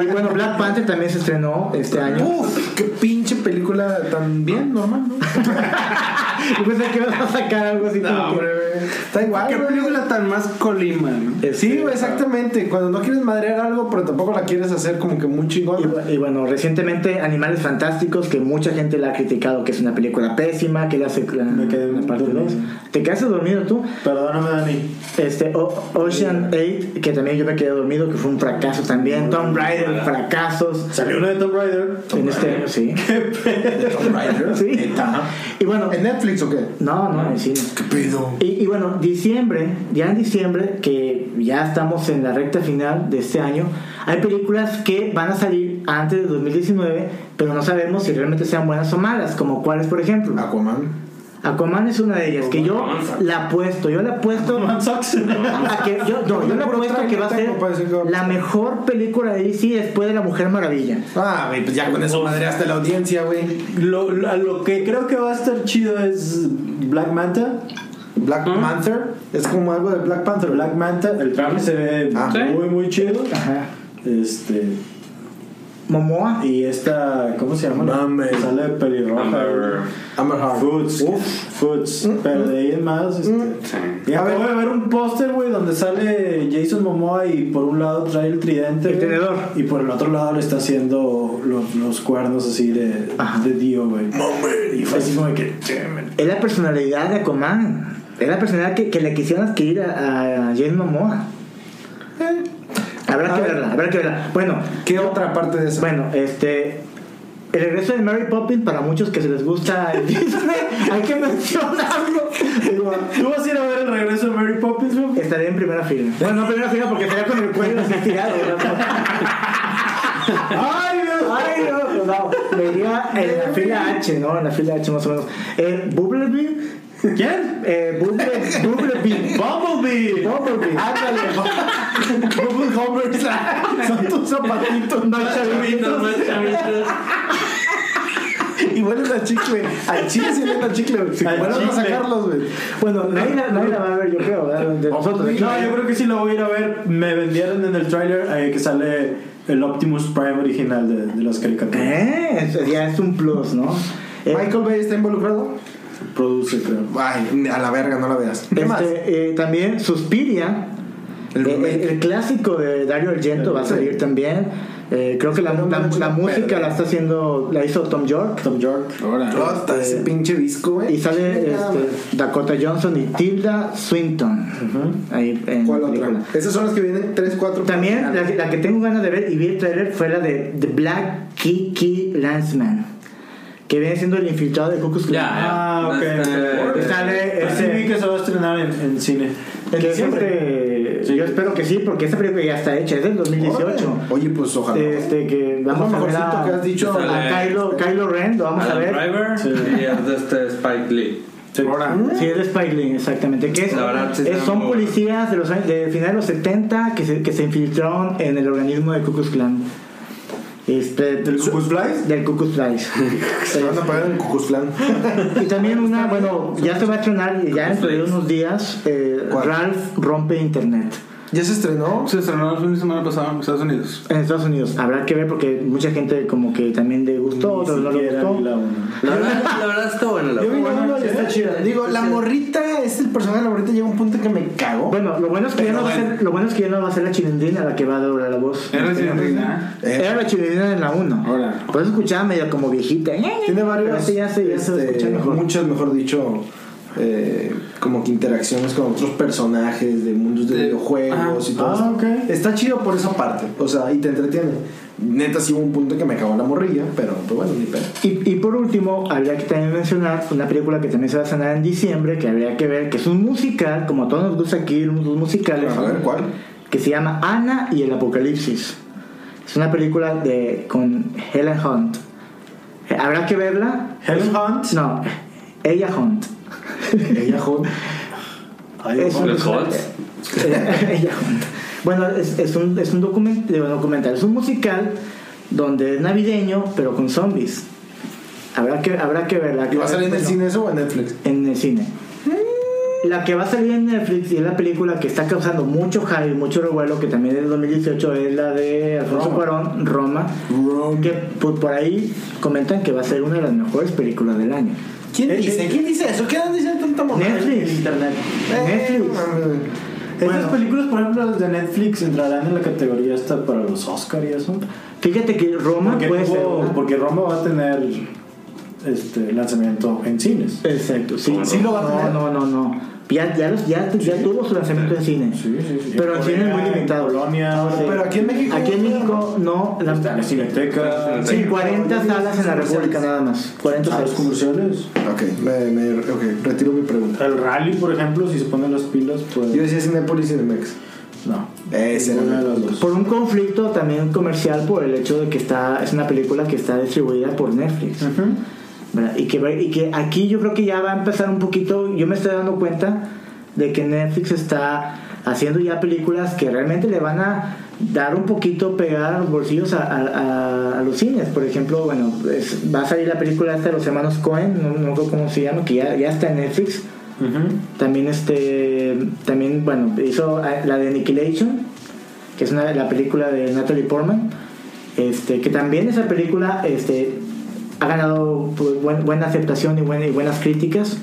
S1: Y bueno, Black Panther también se estrenó este año.
S8: Uf, qué pinche película tan bien, normal, ¿no?
S1: Yo pensé que ibas a sacar algo así. como que-
S8: Está igual.
S12: ¿Qué
S8: güey.
S12: película tan más colima, no?
S8: Sí,
S1: este,
S8: güey, exactamente. Cuando no quieres madrear algo, pero tampoco la quieres hacer como que muy
S1: Y,
S8: chingón.
S1: bu- y bueno, recientemente Animales Fantásticos, que mucha gente la ha criticado, que es una película pésima, que le hace la,
S5: Me quedé
S1: la parte
S5: dormido.
S1: dos. ¿Te quedaste dormido tú?
S5: Perdóname, Dani.
S1: Este, O- Ocean 8, que también yo me quedé dormido, que fue un fracaso también. Tomb Raider, un fracasos.
S5: Salió una de Tomb Raider.
S1: En este año, sí.
S8: Tomb Raider.
S1: Sí. Y bueno,
S8: ¿En Netflix o qué?
S1: no, no, en cine.
S8: ¿Qué pedo?
S1: Y, y bueno, diciembre, ya en diciembre, que ya estamos en la recta final de este año, hay películas que van a salir antes de 2019, pero no sabemos si realmente sean buenas o malas, como cuáles, por ejemplo.
S8: Aquaman.
S1: Aquaman es una de ellas, que yo
S6: Aquaman.
S1: la apuesto, yo la apuesto a que, yo, no, yo la apuesto a que va a ser la mejor película de DC después de La Mujer Maravilla.
S8: Ah, güey, pues ya con eso madreaste la audiencia, güey.
S5: Lo, lo- a lo que creo que va a estar chido es Black Manta.
S8: Black
S3: ¿Mm?
S8: Panther. Es como algo de Black Panther.
S5: Black Manta, el trailer se ve
S8: Ah.
S5: muy, muy, chido.
S1: Ajá.
S5: Este.
S1: Momoa.
S5: Y esta, ¿cómo se llama?
S8: Mame.
S5: Sale pelirroja.
S6: Amber.
S8: Amber Heard.
S5: Foods. Foods. Pero de ahí en más. Este,
S6: Sí.
S5: Y
S8: Mm, A ver.
S5: acabo de ver un póster, güey, donde sale Jason Momoa y por un lado trae el tridente.
S1: El
S5: güey,
S1: tenedor.
S5: Y por el otro lado le está haciendo los, los cuernos así de,
S1: Ajá.
S5: de Dio, güey. Y fue así como de que, che, man.
S1: Es la personalidad de Aquaman. Es la personalidad que, que le quisieron adquirir a, a James Momoa. Habrá
S8: A
S1: que
S8: ver.
S1: verla, habrá que verla. Bueno,
S8: ¿Qué otra parte de eso?
S1: bueno, este. El regreso de Mary Poppins para muchos que se les gusta el Disney, hay que mencionarlo. Digo,
S5: ¿Tú vas a ir a ver el regreso de Mary Poppins, güey?
S1: Estaré en primera fila. Bueno, no en primera fila porque estaría con el cuello así tirado.
S5: ¡Ay, Dios!
S1: Ay, no, no, no. Me iría en la fila H, ¿no? En la fila H más o menos. Eh, Bumblebee.
S5: ¿Quién?
S1: Eh, Bumble- Bumblebee.
S5: ¡Bumblebee!
S1: Bumblebee.
S5: Ah,
S8: Ándale,
S5: pues,
S8: Bubble Hoppers. Son tus zapatitos.
S1: No, chavitos.
S6: Chavitos, chavitos.
S8: Y vuelves a chicle. Al chile se vuelven a chicle. güey.
S5: Al
S8: Vuelven a
S5: chicle.
S8: sacarlos, güey.
S1: Bueno, nadie la, nadie la va a ver, yo creo, ¿verdad? De nosotros.
S5: No, yo creo que sí lo voy a ir a ver. Me vendieron en el trailer eh, que sale el Optimus Prime original de, de las caricaturas.
S1: Eh, eso ya es un plus, ¿no? Eh,
S8: Michael Bay está involucrado.
S5: Produce, creo.
S8: Ay, a la verga, no la veas. ¿Qué más?
S1: este, eh, también Suspiria,
S8: El
S1: el,
S8: remake.
S1: el clásico de Dario Argento va a salir también. Eh, creo que la,
S8: Pero no
S1: la-
S8: me
S1: la
S8: la
S1: música
S8: pela.
S1: la está haciendo, la hizo Tom York
S5: Tom York.
S4: Ahora.
S8: Rota, ese pinche disco, güey.
S1: y sale
S8: Chingada madre.
S1: este, Dakota Johnson y Tilda Swinton. Ahí en
S8: ¿Cuál
S1: la película.
S8: otra? Ah. Esas son las que vienen 3, 4.
S1: También la, que- la que tengo ganas de ver y vi el trailer fue la de The Black Kiki Landsman, que viene siendo el infiltrado de Cucus
S6: Ya, ya.
S5: Ah, ok.
S6: Este,
S1: Sale
S5: Ese
S1: ese
S5: vi que se va a estrenar en, en cine.
S1: Que es
S5: siempre
S1: este- yo espero que sí, porque esta película ya está hecha, es del 2018.
S8: Oye, pues ojalá.
S1: Este, que vamos
S8: lo
S1: a ver
S8: mejorcito
S1: a,
S8: que has dicho.
S1: a Kylo, Kylo Ren, lo vamos a
S6: Adam
S1: ver.
S6: Driver
S5: Sí.
S6: y es de este Spike Lee.
S8: Ahora.
S1: Sí, es de Spike Lee, exactamente. Que es-
S6: La verdad, sí,
S1: es-
S6: está
S1: son
S6: muy bueno.
S1: policías de los años, de final de los 70 que se, que se infiltraron en el organismo del Ku Klux Klan. Este,
S8: ¿Del
S1: su-
S8: Cucus Flies?
S1: del Ku Klux Klan.
S8: Se van a pagar en Cucus Clan.
S1: y también una, bueno, ya se va a estrenar y ya dentro de unos días, eh,
S8: ¿Cuál?
S1: Ralph rompe internet.
S8: ¿Ya se estrenó?
S4: Se estrenó el fin de semana pasado en Estados Unidos.
S1: En Estados Unidos habrá que ver porque mucha gente como que también le gustó,
S5: Ni
S1: otros no le
S5: siquiera vi
S1: gustó.
S5: la una.
S6: La verdad, la verdad está buena la
S8: Yo vi
S6: verdad.
S8: la uno y está chida. Digo, la morrita, es el personaje de la morrita, llega a un punto que me cago.
S1: Bueno, lo bueno es que ya
S8: Pero
S1: no va a
S8: bueno.
S1: ser, lo bueno es que ya no va a ser la chilindrina la que va a doblar la voz.
S4: Es reciente.
S8: Eh,
S1: Este, Era la chilindrina en la 1.
S4: Ahora.
S1: Por eso escuchaba medio como viejita.
S8: tiene
S1: Pero
S8: varios.
S1: este ya se, ya se
S8: este,
S1: escucha mejor.
S8: Muchas, mejor dicho. eh, como que interacciones con otros personajes de mundos de
S4: De-
S8: videojuegos y todo
S5: Ah,
S8: esto.
S5: ok.
S8: Está chido por esa parte, o sea, y te entretiene. Neta, sí hubo un punto que me cagó la morrilla, pero pues, bueno, ni pedo.
S1: Y, y por último, habría que también mencionar una película que también se va a estrenar en diciembre, que habría que ver, que es un musical, como a todos nos gusta aquí, los musicales.
S8: A ver cuál.
S1: que se llama Ana y el Apocalipsis. Es una película de, con Helen Hunt. Eh, Habrá que verla.
S3: Helen Hunt.
S1: No, ella Hunt.
S3: Ella Hunt. Ay,
S1: Es un-
S6: ¿Los Hots?
S1: Eh, ella Hunt. Bueno, es, es un, es un document- digo, no documental, es un musical donde es navideño, pero con zombies. Habrá que, habrá que verla.
S8: ¿Y va a salir en el
S1: Bueno,
S8: cine eso o en Netflix?
S1: en el cine. La que va a salir en Netflix y es la película que está causando mucho hype, mucho revuelo, que también es del 2018, es la de Alfonso
S8: Roma.
S1: Cuarón, Roma, que por, por ahí comentan que va a ser una de las mejores películas del año.
S8: ¿Quién
S3: Eh,
S8: dice?
S3: eh.
S8: ¿Quién dice eso? ¿Qué andan diciendo tanta mamada
S1: Netflix.
S8: en internet? Eh,
S1: Netflix.
S8: mames.
S3: Estas
S1: Bueno.
S3: películas, por ejemplo, las de Netflix entrarán en la categoría esta para los Oscar y eso.
S1: Fíjate que Roma
S3: Porque,
S1: puede ser...
S3: tuvo-
S1: una-
S3: porque Roma va a tener este lanzamiento en cines.
S1: Exacto, sí.
S6: ¿Cómo no?
S1: lo va a tener. No, no, no. no. Ya, ya, los- ya, ya tuvo su lanzamiento en cine. Pero en cine es muy
S3: Corea, en
S1: limitado.
S3: Polonia,
S1: Sí.
S8: Pero aquí en México.
S1: Aquí en México no. la-
S3: está la Cineteca.
S1: sí, 40 salas en la República nada más. 40
S3: A los
S1: salas.
S3: comerciales.
S8: Ok, me, me- ok, retiro mi pregunta.
S3: El rally, por ejemplo, si se ponen las pilas, pues.
S8: Yo decía Cinepolis y Cinemex.
S3: No.
S8: Ese era
S3: Ninguna de las dos.
S1: Por un conflicto también comercial por el hecho de que está es una película que está distribuida por Netflix. ¿verdad? y, que, va- y que aquí yo creo que ya va a empezar un poquito, yo me estoy dando cuenta de que Netflix está haciendo ya películas que realmente le van a dar un poquito pegar a los bolsillos a, a- a- a los cines. Por ejemplo, bueno, es- va a salir la película esta de los hermanos Cohen, no, no creo cómo se llama, que ya, ya está en Netflix. También este también bueno, hizo eh, la de Annihilation, que es una, la película de Natalie Portman, este que también esa película este ha ganado pues, buen- buena aceptación y, buena- y buenas críticas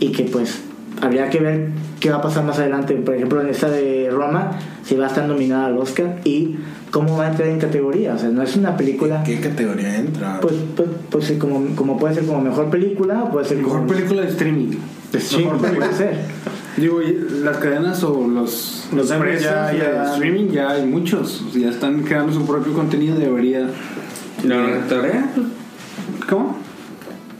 S1: y que pues habría que ver qué va a pasar más adelante, por ejemplo, en esta de Roma, si va a estar nominada al Oscar y cómo va a entrar en categoría, o sea, no es una película
S8: ¿Qué categoría entra?
S1: pues, pues, pues, sí, como, como puede ser como mejor película, puede ser
S4: Mejor
S1: como,
S4: película de streaming.
S1: pues, sí, puede ser.
S4: Digo, y las cadenas o los
S3: Los
S4: empresas
S3: ya-
S4: de
S3: ya-
S4: streaming ya hay muchos. O sea, ya están creando su propio contenido. Debería.
S6: No, no, todavía.
S4: ¿Cómo?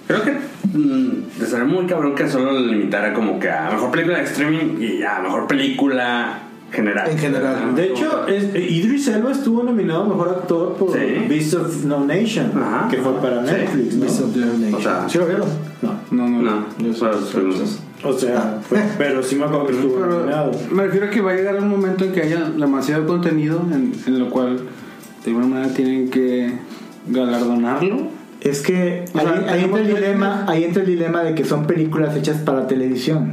S6: Creo que mm, te estaría muy cabrón que solo lo limitara como que a mejor película de streaming y a mejor película general.
S8: En general.
S3: De hecho, es- Idris Elba estuvo nominado a mejor actor por
S6: Sí.
S3: Beast of No Nation,
S6: Ajá.
S3: que fue para
S6: Sí.
S3: Netflix, ¿no?
S6: o sea,
S3: ¿Sí lo vieron? No.
S4: No, no.
S6: no, pues, pues,
S3: O sea, fue- pero sí me acuerdo que estuvo
S4: Pero
S3: nominado.
S4: me refiero a que va a llegar un momento en que haya demasiado contenido en, en lo cual de alguna manera tienen que galardonarlo.
S1: Es que
S4: O sea,
S1: ahí, ahí entra el
S4: tenemos-
S1: dilema, ahí entra el dilema de que son películas hechas para televisión.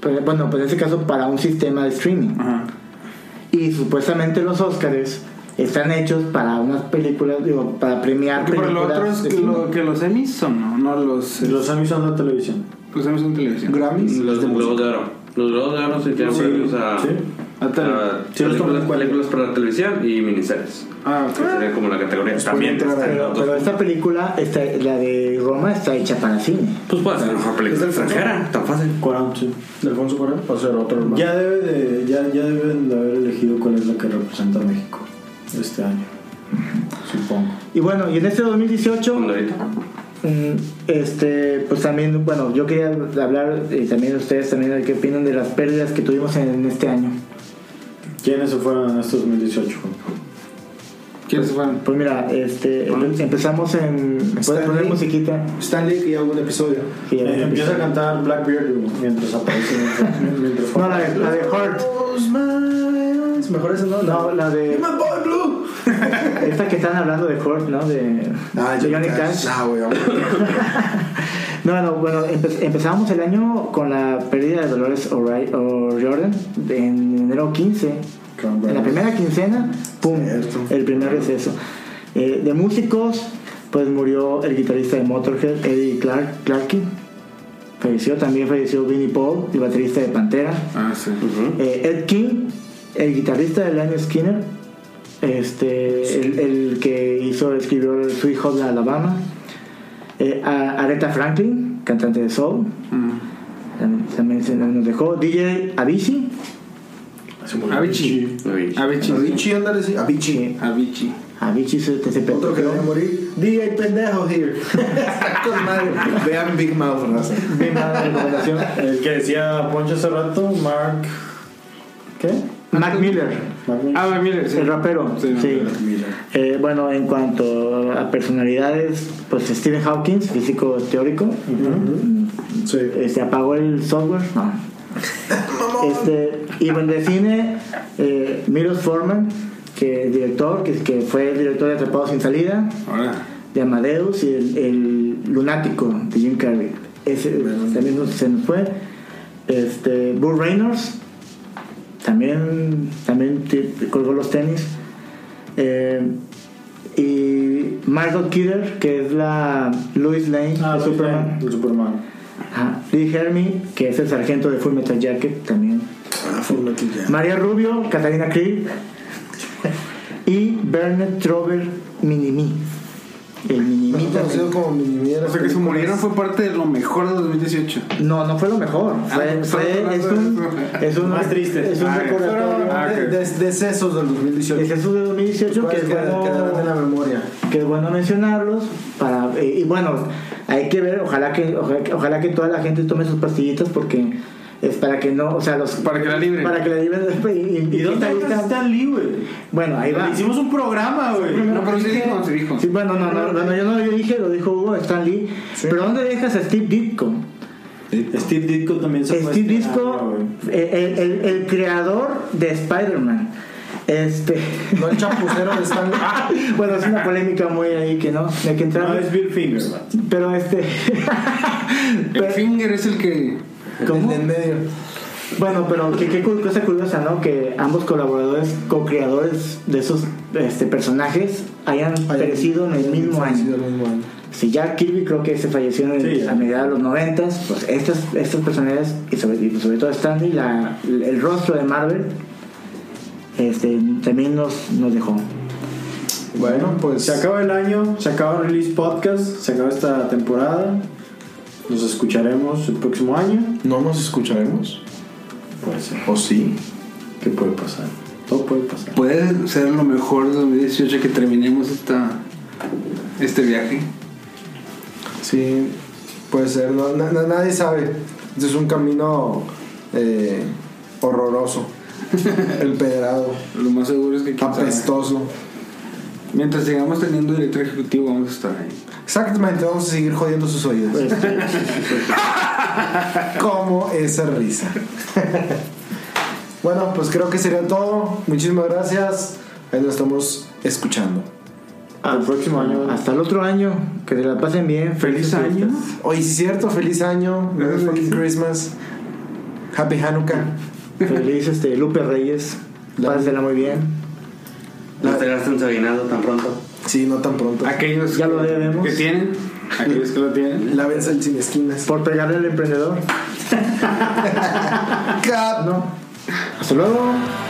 S1: Pero, bueno, pues en este caso para un sistema de streaming.
S4: Ajá.
S1: Y supuestamente los Óscares están hechos para unas películas, digo, para premiar
S4: Porque por lo
S1: películas.
S4: otro es
S1: de
S4: que,
S1: cine.
S4: lo- que los Emmys son, ¿no? No los, eh,
S3: Los Emmys son de televisión.
S4: los Emmys son televisión.
S8: Grammys.
S6: los
S8: de
S6: globos de oro. Los globos de oro sí tienen
S3: Sí,
S6: premios a,
S3: sí.
S6: a
S3: tele. Sí, los toman
S6: películas,
S3: en cuenta.
S6: películas para televisión y miniseries.
S4: Ah,
S6: Que sería como la categoría.
S1: Pues
S6: También
S8: puede entrar
S6: está en
S1: Pero,
S6: los
S1: pero
S6: dos.
S1: esta película, esta, la de Roma, está hecha para cine.
S6: Pues puede ser mejor película extranjera, tan fácil.
S3: Cuarón, sí.
S8: ¿De Alfonso Cuarón? O sea, otro hermano.
S3: Ya, debe de, ya, ya deben de haber elegido cuál es la que representa a México este año, supongo.
S1: Y bueno, y en este 2018...
S6: Cuando ahorita.
S1: Mm, Este, pues también, bueno, yo quería hablar y también ustedes también de qué opinan de las pérdidas que tuvimos en este año.
S3: ¿Quiénes se fueron en este 2018? Juan?
S4: ¿Quiénes fueron?
S1: Pues mira, este, empe- empezamos en. ¿Puedes poner
S8: Stanley.
S1: musiquita?
S8: Stanley que ya hubo un episodio.
S1: Que ya
S3: Eh,
S1: empieza.
S3: empieza a cantar Blackbeard mientras aparece. mientras- mientras-
S1: No, la de, la de Heart.
S8: Close my eyes. Mejor esa no.
S1: No, la de.
S8: My boy blue.
S1: Esta que están hablando de Heart, ¿no? De,
S8: Ah,
S1: de
S8: yo
S1: Johnny Cash.
S8: Ah, güey, vamos.
S1: No, no, bueno, empe- empezamos el año con la pérdida de Dolores O'Ri- O'Riordan en enero 15. En la primera quincena, pum,
S8: Cierto.
S1: el primer receso. Eh, de músicos, pues murió el guitarrista de Motorhead, Eddie Clark, Clarke. Falleció, también falleció Vinnie Paul, el baterista de Pantera.
S4: Ah, sí.
S1: Eh, Ed King, el guitarrista de Lionel Skinner. Este, el, el que hizo, escribió el Sweet Home de Alabama. Eh, a- Aretha Franklin, cantante de soul.
S4: Mm.
S1: También, también se nos dejó. DJ Avicii.
S4: Avicii.
S6: Uy.
S4: Avicii.
S8: Avicii, ándale, sí. Avicii.
S1: eh,
S4: Avicii.
S1: Avicii se, se
S8: Otro que
S1: perdió.
S8: debe morir. DJ pendejo here. Está con madre. Vean Big Mouth, raza.
S1: Mi mala recomendación.
S3: El que decía Poncho hace rato, Mark. ¿Qué?
S1: Mac Miller,
S4: Ah, Mac Miller, sí.
S1: el rapero.
S4: Sí,
S1: Sí.
S4: Mac
S1: Eh, bueno, en cuanto a personalidades, pues Stephen Hawking, físico teórico,
S3: Sí.
S1: este, apagó el software. No. este, y bueno, de cine, eh, Miros Forman, que es director, que, que fue el director de Atrapados sin Salida,
S4: Ahora.
S1: de Amadeus y el, el Lunático de Jim Carrey. Ese también nos- se nos fue. Este, Burt Reynolds también, también te- te colgó los tenis. Eh, y Margot Kidder, que es la Louis Lane
S3: Ah,
S1: de Superman.
S3: Superman. Superman.
S1: Ajá. Ah, Lee Hermy, que es el sargento de Full Metal Jacket también.
S3: Ah, fue una que ya.
S1: María Rubio, Catalina Krill y Bernard Trover Minimi. El Minimi
S3: Más
S1: también.
S3: conocido como Minimiera.
S13: O sea que se murieron fue parte de lo mejor de 2018.
S1: No, no fue lo mejor. Fue,
S13: pues,
S1: fue-
S13: estamos
S1: es
S13: hablando
S1: un,
S13: de
S1: es un
S3: Más triste.
S1: Es un
S13: Ah,
S1: recordatorio.
S13: Ah,
S8: De-
S13: ok.
S8: de- decesos del 2018.
S1: Es eso de 2018 que
S8: Cosas
S1: es,
S8: que quedaron Pues, en la
S1: bueno,
S8: memoria.
S1: que es bueno mencionarlos. Para, eh, y bueno, hay que ver, ojalá que, ojalá, que- ojalá que toda la gente tome sus pastillitas porque es para que no, o sea, los,
S4: Para que la libre.
S1: para que la libren. Y, y-
S3: ¿Y
S1: y-
S3: dónde
S1: ahí
S3: está
S1: está-
S3: Stan Lee, güey?
S1: Bueno, ahí va.
S3: Hicimos un programa, güey.
S4: No, pero sí dijo, sí dijo.
S1: Sí, bueno, no, no, no, no, yo no lo dije, lo dijo Hugo Stan Lee. Pero ¿dónde dejas a Steve Ditko?
S3: Steve Ditko también se fue
S1: Steve
S3: este año,
S1: Ditko,
S3: güey.
S1: eh, el, el- el creador de Spider-Man. Este.
S8: No el chapucero de Stan Lee.
S1: Ah, bueno, es una polémica muy ahí que no, de que entrar.
S3: No, es Bill Finger, güey.
S1: Pero este.
S4: El
S1: pero-
S4: Finger es el que.
S1: ¿cómo?
S8: En medio.
S1: Bueno, pero qué, qué cur- cosa curiosa, ¿no? Que ambos colaboradores, co-creadores de esos este, personajes, hayan perecido en el mismo año.
S8: Parecido al mismo año.
S1: Si Jack Kirby creo que se falleció en el-
S3: Sí.
S1: a mediados de los 90, pues estas, estas personalidades, y sobre, y sobre todo Stanley, la, el rostro de Marvel, este, también nos, nos dejó.
S8: Bueno, pues
S3: Se acaba el año, se acaba el Release Podcast, se acaba esta temporada. Nos escucharemos el próximo año.
S14: ¿No nos escucharemos?
S3: Puede ser.
S14: ¿O sí?
S3: ¿Qué puede pasar? Todo puede pasar.
S4: Puede ser lo mejor de 2018 que terminemos esta, este viaje.
S8: sí, puede ser. no, na- na- nadie sabe. Este es un camino eh, horroroso, empedrado,
S4: Lo más seguro es que. quién sabe.
S8: apestoso.
S4: Mientras sigamos teniendo director ejecutivo, vamos a estar ahí.
S8: Exactamente, vamos a seguir jodiendo sus oídos. Como esa risa. bueno, pues creo que sería todo. Muchísimas gracias. Ahí nos estamos escuchando.
S3: Al próximo año.
S1: Hasta el otro año, que se la pasen bien.
S4: ¡Feliz
S1: Felices
S4: año!
S1: fiestas.
S8: Hoy es cierto, feliz año. Merry fucking Christmas. Happy Hanukkah.
S1: Feliz este, Lupe Reyes. Pásensela muy bien.
S6: No estarás tan sabinado tan pronto.
S8: Sí, no tan pronto.
S4: Aquellos
S1: Ya lo debemos.
S4: que tienen, aquellos que lo tienen.
S8: Lávense el sin esquinas.
S1: Por pegarle al emprendedor.
S8: Cap.
S1: Hasta luego.